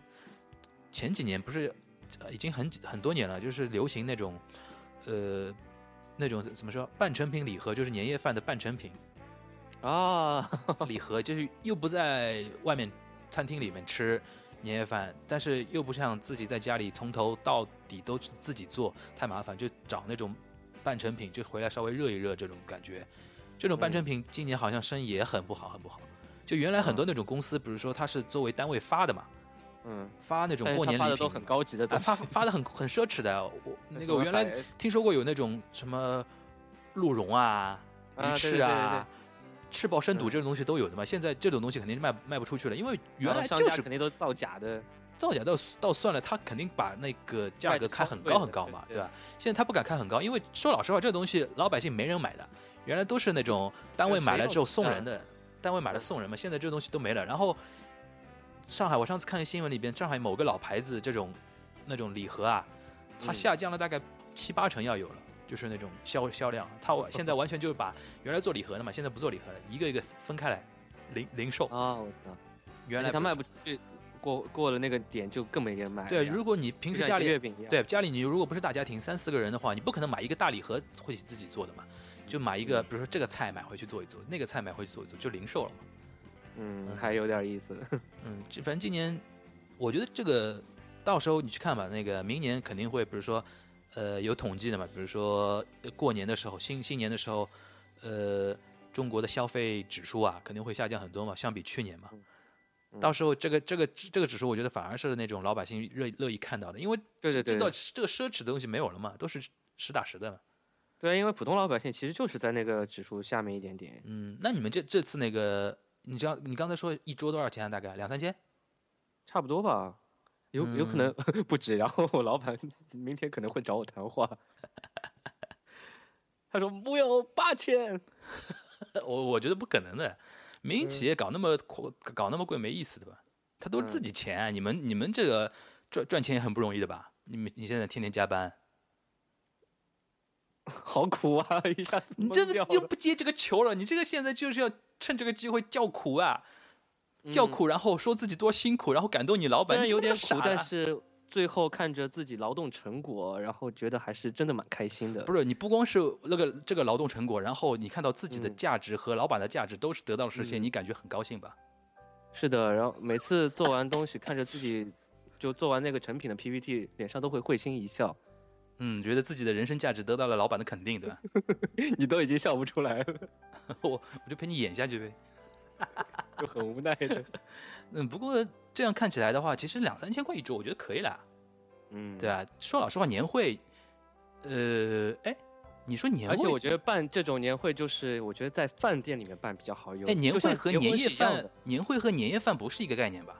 前几年不是呃已经很很多年了，就是流行那种呃那种怎么说半成品礼盒，就是年夜饭的半成品。
啊，
礼盒，就是又不在外面餐厅里面吃年夜饭，但是又不像自己在家里从头到底都是自己做，太麻烦，就找那种半成品，就回来稍微热一热这种感觉。这种半成品今年好像生意也很不好，很不好。就原来很多那种公司，比如说它是作为单位发的嘛，
嗯，
发那种
但是
过
他
年礼
发
品，
的都很高级的
啊
东西，
发发的很很奢侈的。我那个我原来
什么海
听说过有那种什么鹿茸啊、
啊
鱼
对
翅
对对
啊、吃饱生肚
嗯
这种东西都有的嘛。现在这种东西肯定是卖卖不出去了，因为原
然后
来
啊商
就
家
是
肯定都造假的，
造假到到算了，他肯定把那个价
卖
格
得
开
超
很
贵
高
的
很高
对
嘛，
对
对吧？现在他不敢开很高，因为说老实话，这个东西老百姓没人买的，原来都是那种单位
谁
买了
要
之后
吃
送
啊
人的，单位买了送人嘛，现在这个东西都没了。然后上海，我上次看新闻里边，上海某个老牌子这种那种礼盒啊，它
嗯
下降了大概七八成要有了。就是那种销销量， 它完现在完全就是把原来做礼盒的嘛，现在不做礼盒了，一个一个分开来零零售。
啊，我知道。
原来
他
不
卖
是
不出去，过过了那个点就更没人买了呀。
对，如果你平时
就像
家
一些
里
月饼一样，
对，家里你如果不是大家庭，三四个人的话，你不可能买一个大礼盒回去自己做的嘛，就买一个，比如说这个菜买回去做一做，那个菜买回去做一做，就零售了嘛。
嗯，还有点意思。
嗯，这反正今年，我觉得这个到时候你去看吧，那个明年肯定会，比如说，呃，有统计的嘛，比如说呃过年的时候，新新年的时候，呃，中国的消费指数啊肯定会下降很多嘛，相比去年嘛。
嗯
到时候这个这个这个指数，我觉得反而是那种老百姓乐乐意看到的，因为
对
知
对对
道
对，
这个奢侈的东西没有了嘛，都是实打实的嘛。
对，啊因为普通老百姓其实就是在那个指数下面一点点，
嗯，那你们这这次那个，你知道你刚才说一桌多少钱啊？大概两三千？
差不多吧。有有可能
嗯
不止，然后我老板明天可能会找我 谈话，他说木有八千，
我我觉得不可能的，民营企业搞那么阔搞那么贵没意思的吧？他都是自己钱啊、你们你们这个赚赚钱也很不容易的吧？你们你现在天天加班，
好苦啊！一下子
你这
懵掉
又
了
不接这个球了，你这个现在就是要趁这个机会叫苦啊，叫苦，然后说自己多辛苦，然后感动你老
虽
板，
然
你
有
怎么那么傻
点苦，但
啊
是最后看着自己劳动成果，然后觉得还是真的蛮开心的。
不是你不光是那个这个劳动成果，然后你看到自己的
嗯
价值和老板的价值都是得到了实现，你感觉很高兴吧？
是的，然后每次做完东西，看着自己就做完那个成品的 PPT，脸上都会会心一笑。
嗯，觉得自己的人生价值得到了老板的肯定，对吧？
你都已经笑不出来了，
我我就陪你演下去呗。
就很无奈 的。
嗯，不过这样看起来的话，其实两三千块一桌，我觉得可以啦，
嗯，
对。吧？说老实话，年会，呃，哎，你说年会，
而且我觉得办这种年会，就是我觉得在饭店里面办比较好用。
哎，年
就像
会和
结婚
年夜
是一样
饭
的，，
年会和年夜饭不是一个概念吧？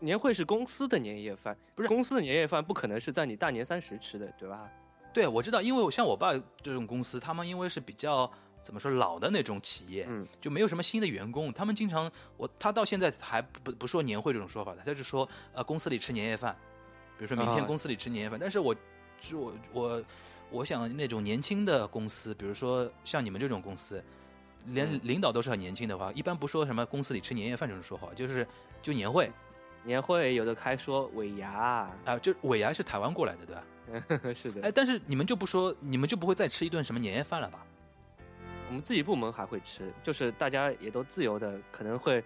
年会是公司的年夜饭，
不是
公司的年夜饭不可能是在你大年三十吃的，对吧？
对，我知道，因为我像我爸这种公司，他们因为是比较怎么说老的那种企业，
嗯，
就没有什么新的员工，他们经常我他到现在还不不说年会这种说法的，他就说呃公司里吃年夜饭，比如说明天
啊
公司里吃年夜饭，但是我就我我我想那种年轻的公司，比如说像你们这种公司。连
嗯
领导都是很年轻的话，一般不说什么公司里吃年夜饭这种说法，就是就年会
年会有的还说尾牙，
啊、就尾牙是台湾过来的，对吧？
是的。
哎，但是你们就不说，你们就不会再吃一顿什么年夜饭了吧？
我们自己部门还会吃，就是大家也都自由的，可能会，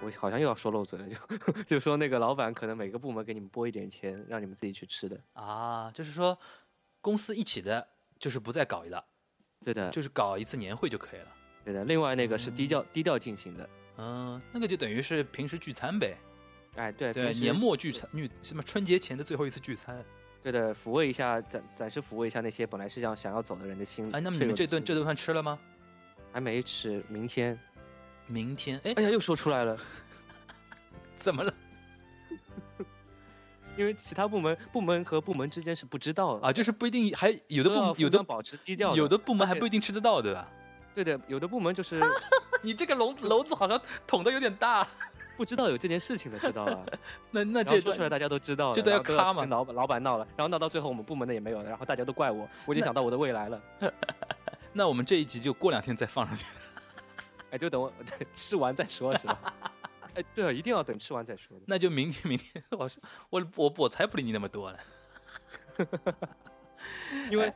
我好像又要说漏嘴了，就 就说那个老板可能每个部门给你们拨一点钱，让你们自己去吃的。
啊，就是说公司一起的，就是不再搞一了，
对的，
就是搞一次年会就可以了。
对的。另外那个是低调、低调进行的，
嗯，那个就等于是平时聚餐呗，
哎，对
对，
平时
年末聚餐，聚什么春节前的最后一次聚餐。
对的，抚慰一下暂暂时抚慰一下那些本来是想想要走的人的心。
哎，那么你
脆弱
们
的
这顿
心
这顿饭吃了吗？
还没吃，明天。
明天，哎，
哎呀，又说出来了，
怎么了
因为其他部门部门和部门之间是不知道的，
啊啊？就是不一定，还有
都
的
要
部
互
有的
相保持低调。
有的部门还
而且
不一定吃得到，对吧？
对的，有的部门就是
你这个笼篓子好像捅的有点大，
不知道有这件事情的，知道吧？
那那
然后
这
说出来
段
大家都知道了，
这都
然
要
后都
咔
要
嘛
跟老板老板闹了，然后闹到最后我们部门的也没有了，然后大家都怪我，我已经
那
想到我的未来了。
那我们这一集就过两天再放上去。
哎，就等我 吃完再说，是 吧？哎，对啊，一定要等吃完再说的。
那就明天，明天我是我我我才不理你那么多呢。
因为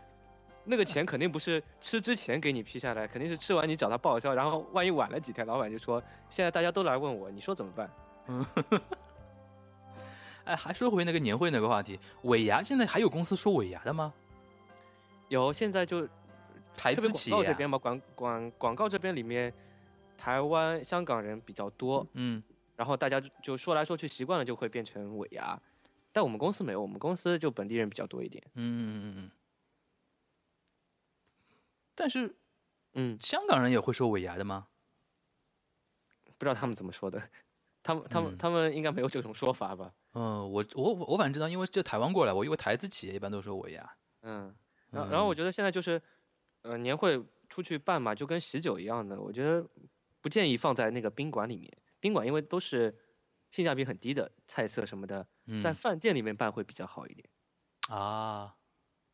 那个钱肯定不是吃之前给你批下来，肯定是吃完你找他报销，然后万一晚了几天，老板就说现在大家都来问我，你说怎么办？
哎，还说回那个年会那个话题，尾牙现在还有公司说尾牙的吗？
有现在就
台
特别
资企
广
业
告
啊、
这边嘛，广广广告这边里面，台湾、香港人比较多，
嗯，
然后大家就就说来说去习惯了，就会变成尾牙。但我们公司没有，我们公司就本地人比较多一点。
嗯嗯嗯嗯。但是
嗯，
香港人也会说尾牙的吗？
不知道他们怎么说的，他们他们、
嗯
他们应该没有这种说法吧？
嗯，我我我反正知道，因为这台湾过来，我以为台资企业一般都说尾牙。
嗯，然后然后我觉得现在就是，呃，年会出去办嘛，就跟喜酒一样的，我觉得不建议放在那个宾馆里面，宾馆因为都是性价比很低的菜色什么的，
嗯
在饭店里面办会比较好一点。
啊，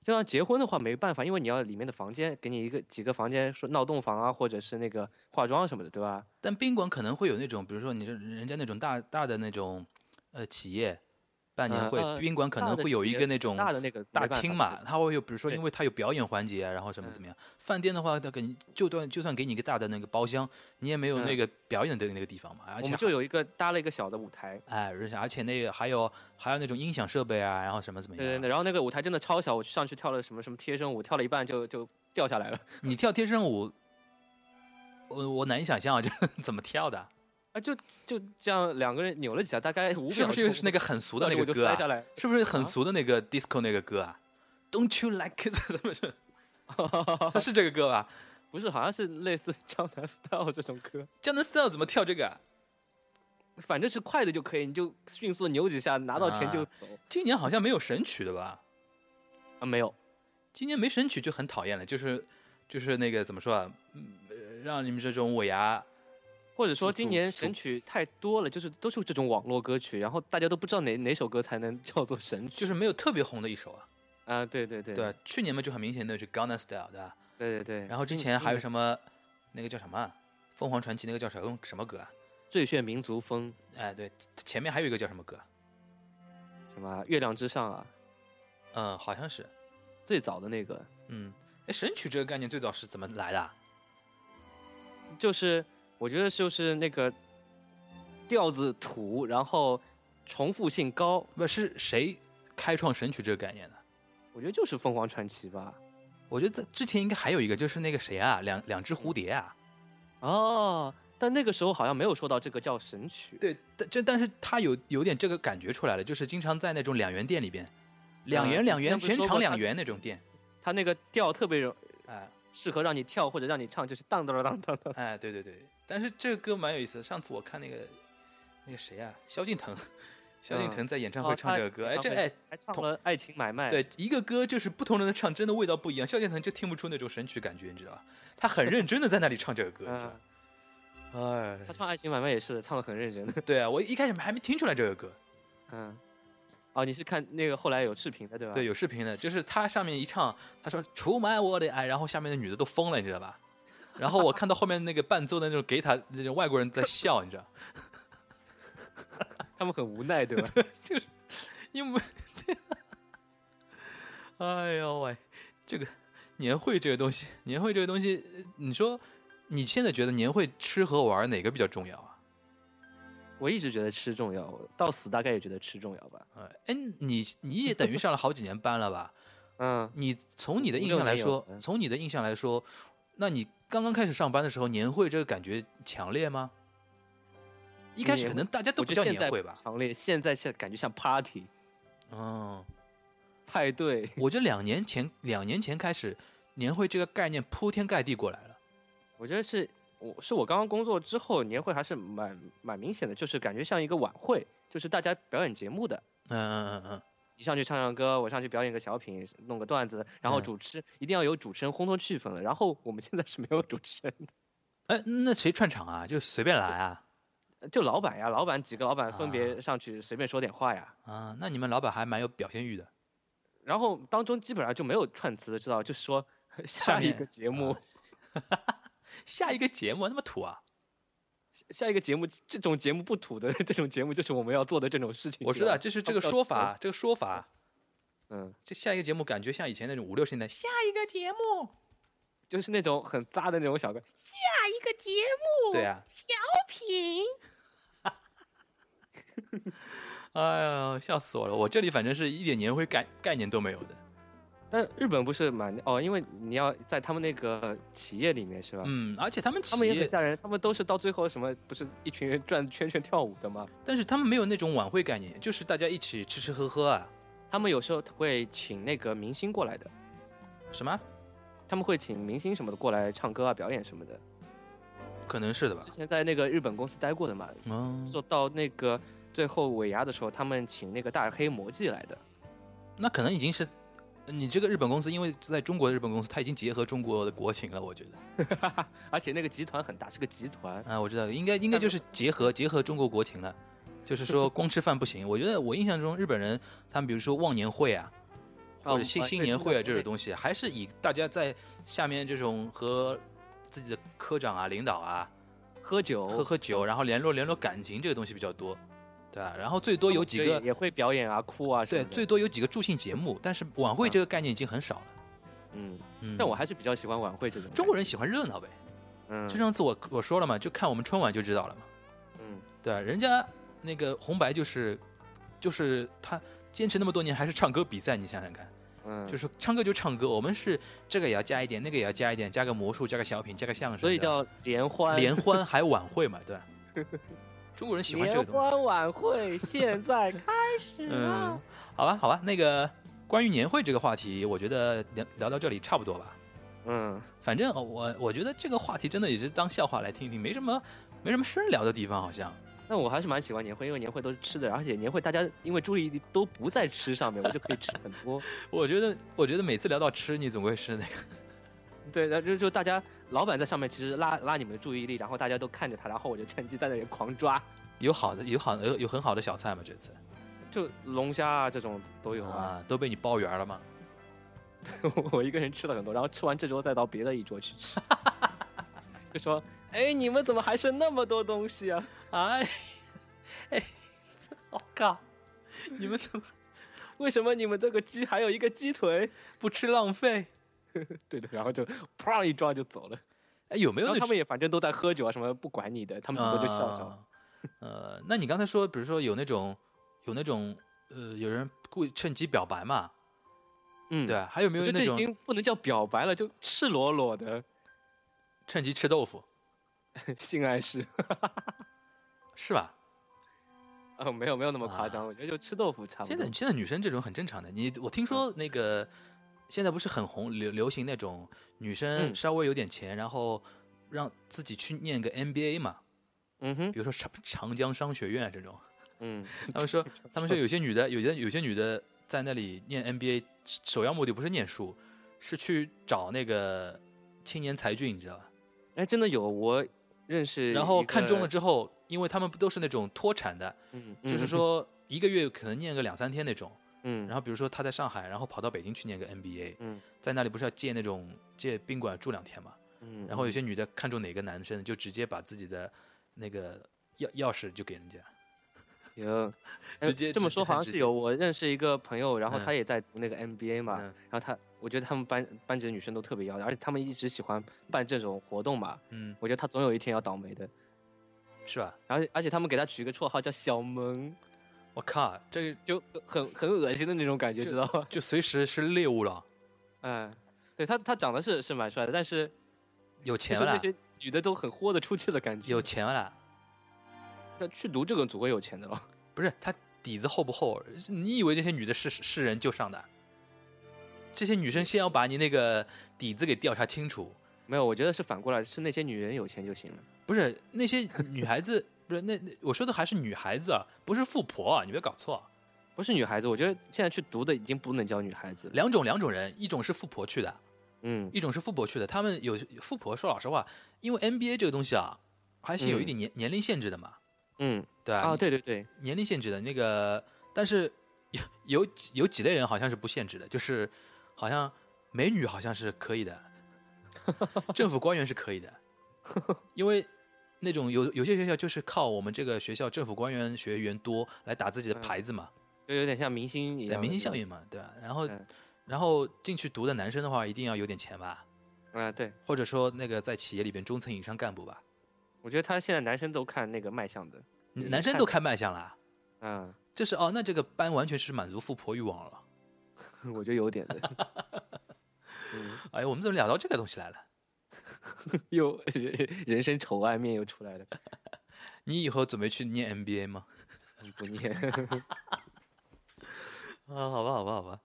就像结婚的话没办法，因为你要里面的房间给你一个几个房间，说闹洞房啊，或者是那个化妆什么的，对吧？
但宾馆可能会有那种，比如说你这人家那种大大的那种呃企业办年
嗯
会，
呃
宾馆可
大
能
的
会有
企
一
业
个那种
大的那个
大
没办
厅
法
嘛，，它会有，比如说，
对
因为它有表演环节啊，然后什么
嗯
怎么样。饭店的话，它给你就算就算给你一个大的那个包厢，你也没有那
嗯
个表演的那个地方嘛，而
我
且
们就有一个搭了一个小的舞台，
哎，而且而且那个还有还有那种音响设备啊，然后什么怎么
对对
样啊。
对，然后那个舞台真的超小，我上去跳了什么什么贴身舞，跳了一半就就掉下来了。
你跳贴身舞，我我难以想象啊，这怎么跳的？
啊，就就这样两个人扭了几下，大概五秒钟，
是不是是那个很俗的
我
那
就
个歌
摔
啊
下？来，
是不是很
啊
俗的那个 disco 那个歌啊？Don't you like it？怎 么是？
啊
它是这个歌吧？
不是，好像是类似《江南 Style》这种歌，
江南 style 怎么跳这个啊？
反正是快的就可以，你就迅速扭几下，拿到钱就
啊
走。
今年好像没有神曲的吧？
啊，没有，
今年没神曲就很讨厌了，就是就是那个怎么说啊，嗯呃让你们这种尾牙，
或者
主
说
主
今年
主
神曲太多了，就是都是这种网络歌曲，然后大家都不知道哪哪首歌才能 叫做神曲。
就是没有特别红的一首啊。
啊，对对对
对吧，去年嘛就很明显的是 Gangnam Style，对吧？
对对对。
然后之
今
前还有
今年嗯
什么那个叫什么啊凤凰传奇那个叫什么什么歌啊？
最炫民族风，
哎，对，前面还有一个叫什么歌？
什么月亮之上啊，
嗯，好像是，
最早的那个，
嗯，哎，神曲这个概念最早是怎么来的啊？
就是我觉得就是那个调子土，然后重复性高，
不是谁开创神曲这个概念的？
我觉得就是凤凰传奇吧。
我觉得在之前应该还有一个，就是那个谁啊，两两只蝴蝶啊，
哦，但那个时候好像没有说到这个叫神曲。
对，但这但是他有有点这个感觉出来了，就是经常在那种两元店里边，两元
嗯
两
之
元
前不是
全
说
场
过
两
它是
元那种店，
它那个调特别容
哎
适合让你跳或者让你唱，就是当当当当当。
哎，对对对，但是这个歌蛮有意思的。上次我看那个那个谁啊，萧敬腾，萧敬
嗯
腾在演唱
哦
会唱
他
这个歌，哎
演
这
唱会哎
哎
还唱
同
了《爱情买卖》。
对，一个歌就是不同人的唱，真的味道不一样。萧敬腾就听不出那种神曲感觉，你知道吧？他很认真的在那里唱这个歌，你知道吧
嗯，
哎，
他唱《爱情买卖》也是的，唱的很认真的。
对啊，我一开始还没听出来这个歌，
嗯，哦，你是看那个后来有视频的对吧？
对，，有视频的，就是他上面一唱，他说“出卖我的爱”，然后下面的女的都疯了，你知道吧？ 然后我看到后面那个伴奏的那种给他那种外国人在笑，你知道，
他们很无奈对吧？
因为，哎呦喂，这个年会这个东西，年会这个东西，呃你说你现在觉得年会吃和玩哪个比较重要啊？
我一直觉得吃重要，我到死大概也觉得吃重要吧。
呃哎，你你也等于上了好几年班了吧？
嗯，
你从你的
五
印
六
象来
年有
说，
嗯
从你的印象来说，那你刚刚开始上班的时候，年会这个感觉强烈吗？一开始
年
可
会
能大家都
我
不
觉
叫
得现
年
在
会吧。
强烈，现在像感觉像 party
嗯，
派对。
我觉得两年前，两年前开始，年会这个概念铺天盖地过来了。
我觉得是我是我刚刚工作之后，年会还是蛮蛮明显的，就是感觉像一个晚会，就是大家表演节目的。
嗯嗯嗯嗯，
你你上去唱唱歌，我上去表演个小品，弄个段子，然后
嗯
主持、一定要有主持人烘托气氛了。然后我们现在是没有主持人的，
哎，那谁串场啊？就随便来啊？
就老板呀，老板几个老板分
啊
别上去随便说点话呀。
啊，那你们老板还蛮有表现欲的。
然后当中基本上就没有串词，知道吧？就是说
下
下啊一
面
个节目，
下一个节目那么土啊！
下一个节目这种节目不土的 这种节目就是我们要做的这种事情。
我知道，就是是这个说法，，这个说法，
嗯，
这下一个节目感觉像以前那种五六十年代下一个节目，
就是那种很渣的那种小歌，
对啊，小品。 哎呀，笑死我了！我这里反正是一点年会概概念都没有的。
但日本不是蛮哦，因为你要在他们那个企业里面是吧？
嗯，而且他们企
啊他们也很
业，
吓人，他们都是到最后什么不是一群人转圈圈跳舞的吗？
但是他们没有那种晚会概念，就是大家一起吃吃喝喝啊，
他们有时候会请那个明星过来的，
什么
他们会请明星什么的过来唱歌啊、表演什么的。
可能是的吧
之？前在那个日本公司待过的嘛，
嗯，
做到那个最后尾牙的时候，他们请那个大黑魔记来的。
那可能已经是你这个日本公司，因为在中国的日本公司，它已经结合中国的国情了，我觉得。
而且那个集团很大，是个集团。
啊，我知道，应该应该就是结合结合中国国情了，就是说光吃饭不行。我觉得我印象中日本人他们比如说忘年会啊，或者
啊
新
啊
新
对
年
对
会啊
对
这种东西，还是以大家在下面这种和自己的科长啊、领导啊
喝酒，
喝喝酒，然后联络联络感情这个东西比较多，对吧？然后最多有几个
哦对也会表演啊、哭啊什么
对，
的。
最多有几个助兴节目，但是晚会这个概念已经很少了。
嗯，
嗯，
但我还是比较喜欢晚会这种。
中国人喜欢热闹呗，
嗯，
就上次我我说了嘛，就看我们春晚就知道了嘛。
嗯，
对啊，人家那个红白就是，就是他坚持那么多年还是唱歌比赛，你想想看，
嗯，
就是唱歌就唱歌，我们是这个也要加一点，那个也要加一点，加个魔术，加个小品，加个相声，
所以
对吧
叫联欢
联欢还晚会嘛， 对吧？中国人喜欢这个
联
东西。
欢晚会现在 开始
嗯
了。，
好吧，好吧，那个关于年会这个话题，我觉得聊聊到这里差不多吧。
嗯，
反正呃我我觉得这个话题真的也是当笑话来听一听，没什么没什么深聊的地方，好像。
那我还是蛮喜欢年会，因为年会都是吃的，而且年会大家因为注意力都不在吃上面，我就可以吃很 多。
我觉得我觉得每次聊到吃，你总会是那个。
对，然后就就大家老板在上面其实拉拉你们的注意力，然后大家都看着他，然后我就趁机在那里狂抓，
有好的，有好有有很好的小菜吗？这次
就龙虾啊这种都有啊。
都被你包圆了吗？
我一个人吃了很多，然后吃完这桌再到别的一桌去 吃，就说：“哎，你们怎么还剩那么多东西啊
哎，哎，我、靠！你们怎么？
为什么你们这个鸡还有一个鸡腿
不吃浪费？？”
对的，然后就啪一抓就走了。
哎，有没有
然后
那
他
种
们也反正都在喝酒啊什么，不管你的，他们顶多就笑笑。
啊呃，那你刚才说，比如说有那种有那种呃，有人故意趁机表白嘛，
嗯，
对吧？还有没
我
有
觉得
那
这已
种
经不能叫表白了，就赤裸裸的
趁机吃豆腐？
性暗示。
是吧？
啊、没有没有那么夸张，
啊
我觉得就吃豆腐差不
现
多。嗯
在现在女生这种很正常的。你我听说那个现在不是很红流流行那种女生
嗯
稍微有点钱，然后让自己去念个 MBA 嘛，
嗯哼
比，如说长长江商学院这种，
嗯，
他们 说他们说有些女的，有些有些女的在那里念 MBA，首要目的不是念书，是去找那个青年才俊，你知道吧？
哎，真的有我认识，
然后看中了，之后，因为他们不都是那种脱产的，
嗯，
就是
嗯，
说一个月可能念个两三天那种。
嗯，
然后比如说他在上海，然后跑到北京去念个 MBA，
嗯
在那里不是要借那种借宾馆住两天嘛？
嗯，
然后有些女的看中哪个男生，就直接把自己的那个钥钥匙就给人家。
有，
直
哎
接
这么
直
说
接
好像
直
是
接
有。我认识一个朋友，然后
嗯
他也在读那个 MBA 嘛，
嗯
然后他，我觉得他们班班级的女生都特别要的，而且他们一直喜欢办这种活动嘛，
嗯，
我觉得他总有一天要倒霉的。
是吧？
然后，而且他们给他取一个绰号叫小萌，
我靠，这个
就很很恶心的那种感觉，
就
知道吗？
就随时是猎物了，
嗯，对他他长得是是蛮帅的，但是
有
就
钱
是那
了，
些女的都很豁得出去的感觉。
有钱了，
那去读这个总会有钱的了。
不是他底子厚不厚？你以为这些女的是是人就上的？这些女生先要把你那个底子给调查清楚，
没有，我觉得是反过来，是那些女人有钱就行了。
不是那些女孩子，不是那那我说的还是女孩子啊，不是富婆啊，你别搞错啊。
不是女孩子，我觉得现在去读的已经不能叫女孩子了。
两种两种人，一种是富婆去的，
嗯，
一种是富婆去的。他们有富婆，说老实话，因为 NBA 这个东西啊，还是有一点年、年龄限制的嘛，
嗯，
对吧？
啊，对对对，
年龄限制的那个，但是有有 几有几类人好像是不限制的，就是好像美女好像是可 以的，政府官员是可以的，因为那种有有些学校就是靠我们这个学校政府官员学员多来打自己的牌子嘛，
就有点像明星嗯一
对
样，
明星效。应嘛，对吧？然后
嗯
然后进去读的男生的话，一定要有点钱吧，
啊，对，
或者说那个在企业里边中层以上干部吧，
我觉得他现在男生都看那个卖相的，嗯
男生都看卖相啦，
啊，
就是哦，那这个班完全是满足富婆欲望了。
我觉得有点的。 嗯，
哎，我们怎么聊到这个东西来了？
又 人生丑暗面又出来了，
你以后准备去念 MBA 吗？
不 念。
啊，好吧，好吧，好吧。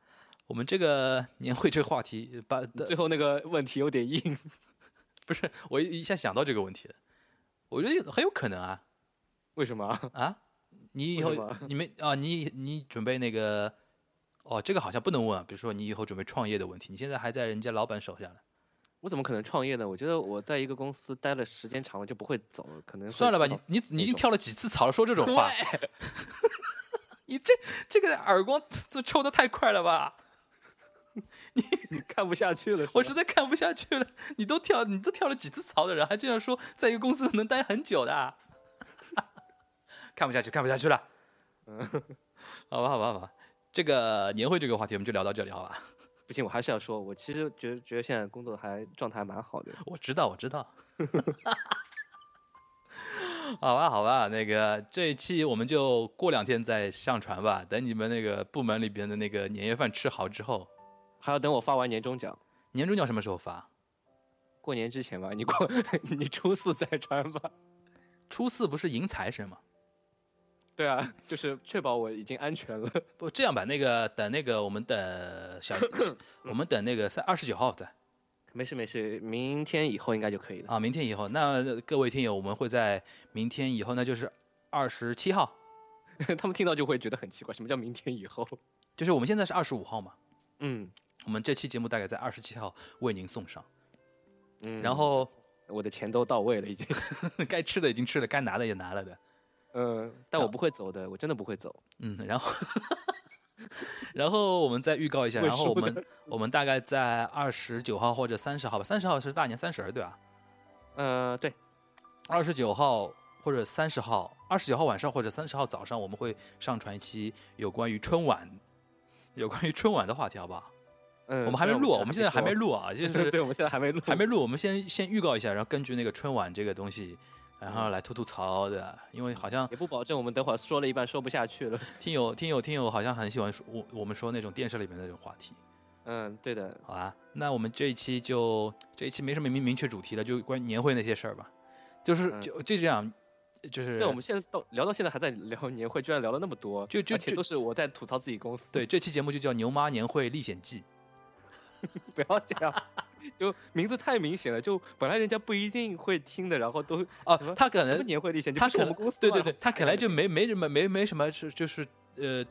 我们这个 年会这个话题，把
最后那个问题有点硬。
不是我一下想到这个问题了，我觉得有很有可能啊
为什么啊？
啊！你以后
为什么
你们啊，你你准备那个哦，这个好像不能问啊。比如说你以后准备创业的问题，你现在还在人家老板手下呢，
我怎么可能创业呢？我觉得我在一个公司待了时间长了就不会走，了，可能会
算了吧，
走
你
到
你
死
你已
那
经
种
跳了几次槽了，说这种话， 你这这个耳光 这抽的太快了吧？
看不下去了。
我
是
实
吧
在看不下去了。你都跳，你都跳了几次槽的人，还这样说，在一个公司能待很久的啊， 看不下去，看不下去了。 好吧，好吧，好吧，这个年会这个话题我们就聊到这里，好吧？
不行，我还是要说，我其实觉得觉得现在工作还状态还蛮好的。
我知道，我知道。 好吧，好吧，那个这一期我们就过两天再上传吧。等你们那个部门里边的那个年夜饭吃好之后，
还要等我发完年终奖，
年终奖什么时候发？
过年之前吧，你过 你初四再穿吧。
初四不是迎财神吗？
对啊，就是确保我已经安全了。
不，这样吧，那个等那个我们等小，我们等那个三二十九号再
没事没事，明天以后应该就可以了。
啊，明天以后。那各位听友，我们会在明天以后，那就是二十七号，
他们听到就会觉得很奇怪，什么叫明天以后？
就是我们现在是二十五号嘛。
嗯
我们这期节目大概在二十七号为您送上，
嗯，
然后
我的钱都到位了已经。
该吃的已经吃了，该拿的也拿了的，
嗯，但我不会走的，我真的不会走。
嗯，然后 然后我们再预告一下，然后我们我们大概在二十九号或者三十号吧，三十号是大年三十儿对吧？
呃，对，
二十九号或者三十号，二十九号晚上或者三十号早上，我们会上传一期有关于春晚， 有关于春晚的话题，好不好？
嗯，
我们还没录啊，我们现在还没
录，
录 啊，就是
对，我们现在还没录，
还没录，我们先先预告一下，然后根据那个春晚这个东西，然后来吐吐槽的，因为好像
也不保证我们等会儿说了一半说不下去了。
听友听友听友好像很喜欢说我我们说那种电视里面的那种话题，
嗯，对的，
好吧？那我们这一期就这一期没什么明明确主题了，就关于年会那些事儿吧，就是
嗯
就就这样，就是
对，我们现在到聊到现在还在聊年会，居然聊了那么多，
啊就就
而且
就
都是我在吐槽自己公司，
对，，这期节目就叫《牛妈年会历险记》。
不要这样，就名字太明显了，就本来人家不一定会听的，然后都
哦
什么，
他可
什
能
么年会历险，就
他
不是
可
我
能
们公司
对
嘛
对对，他本来就
哎
没没什么没没什么是就是呃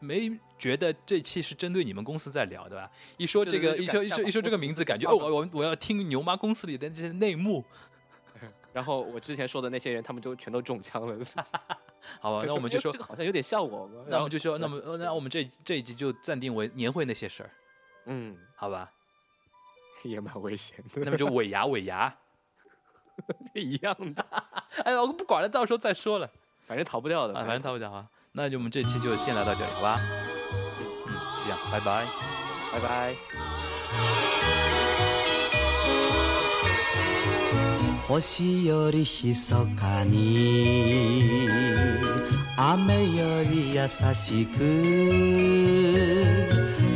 没觉得这期是针对你们公司在聊的吧？一说这
对对
个
对
一
就
说
感
一
觉
说一说这个名字，感觉哦我我我要听牛妈公司里的这些内幕。
然后我之前说的那些人，他们就全都中枪了。
好吧，那我们就
哎
说
这，个好像有点像我嘛。
那
然
我
后
们就说，
对
那么呃那我们这这一集就暂定为年会那些事儿，
嗯，
好吧？
也蛮危险的，
那么就尾牙尾牙，
一样的，
哎呀，我不管了，到时候再说了。
反正逃不掉的。
啊，反正他不讲啊，那就我们这期就先聊到这里，好吧？嗯，这样，拜拜。
拜拜。
星よりひそかに雨より優しく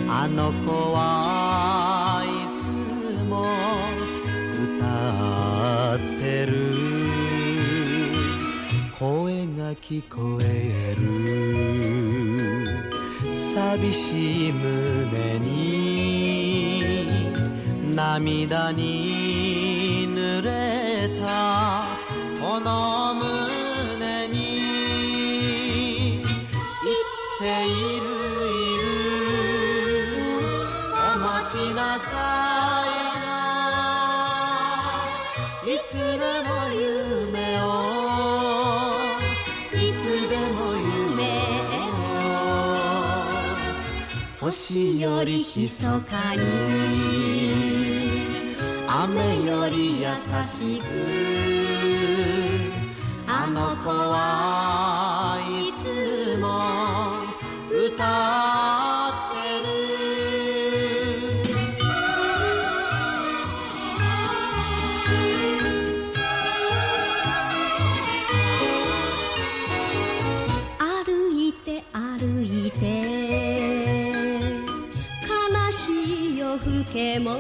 あの子はいつも歌ってる声が聞こえる寂しい胸に涙に濡れたこの胸に言っている星より密かに雨より優しくあの子はいつも歌ってる
歩いて歩いて悲しい夜更けも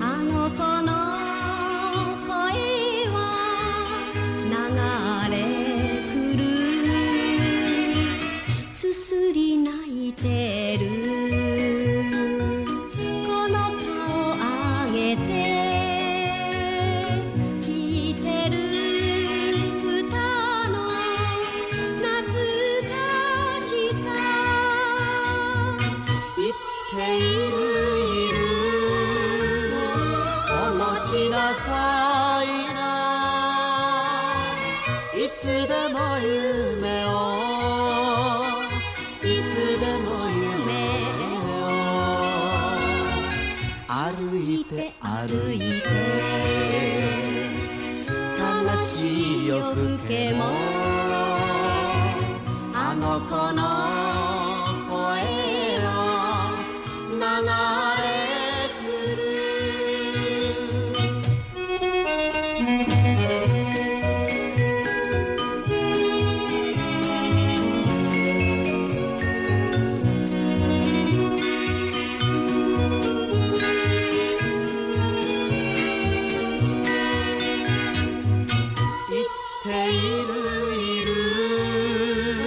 あの子の声は流れ来るすすり泣いてるこの顔上げて聞いてる歌の懐かしさ
言っているいるお持ちなさいないつでも夢をいつでも夢を歩いて歩いて悲しい夜更けもあの子の声は流れ来る言っているいる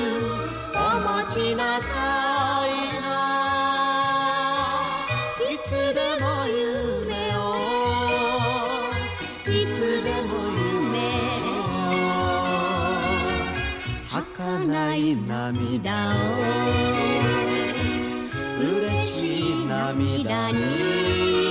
お持ちなさいないつでも夢をいつでも夢を儚い涙
だお
嬉しい涙に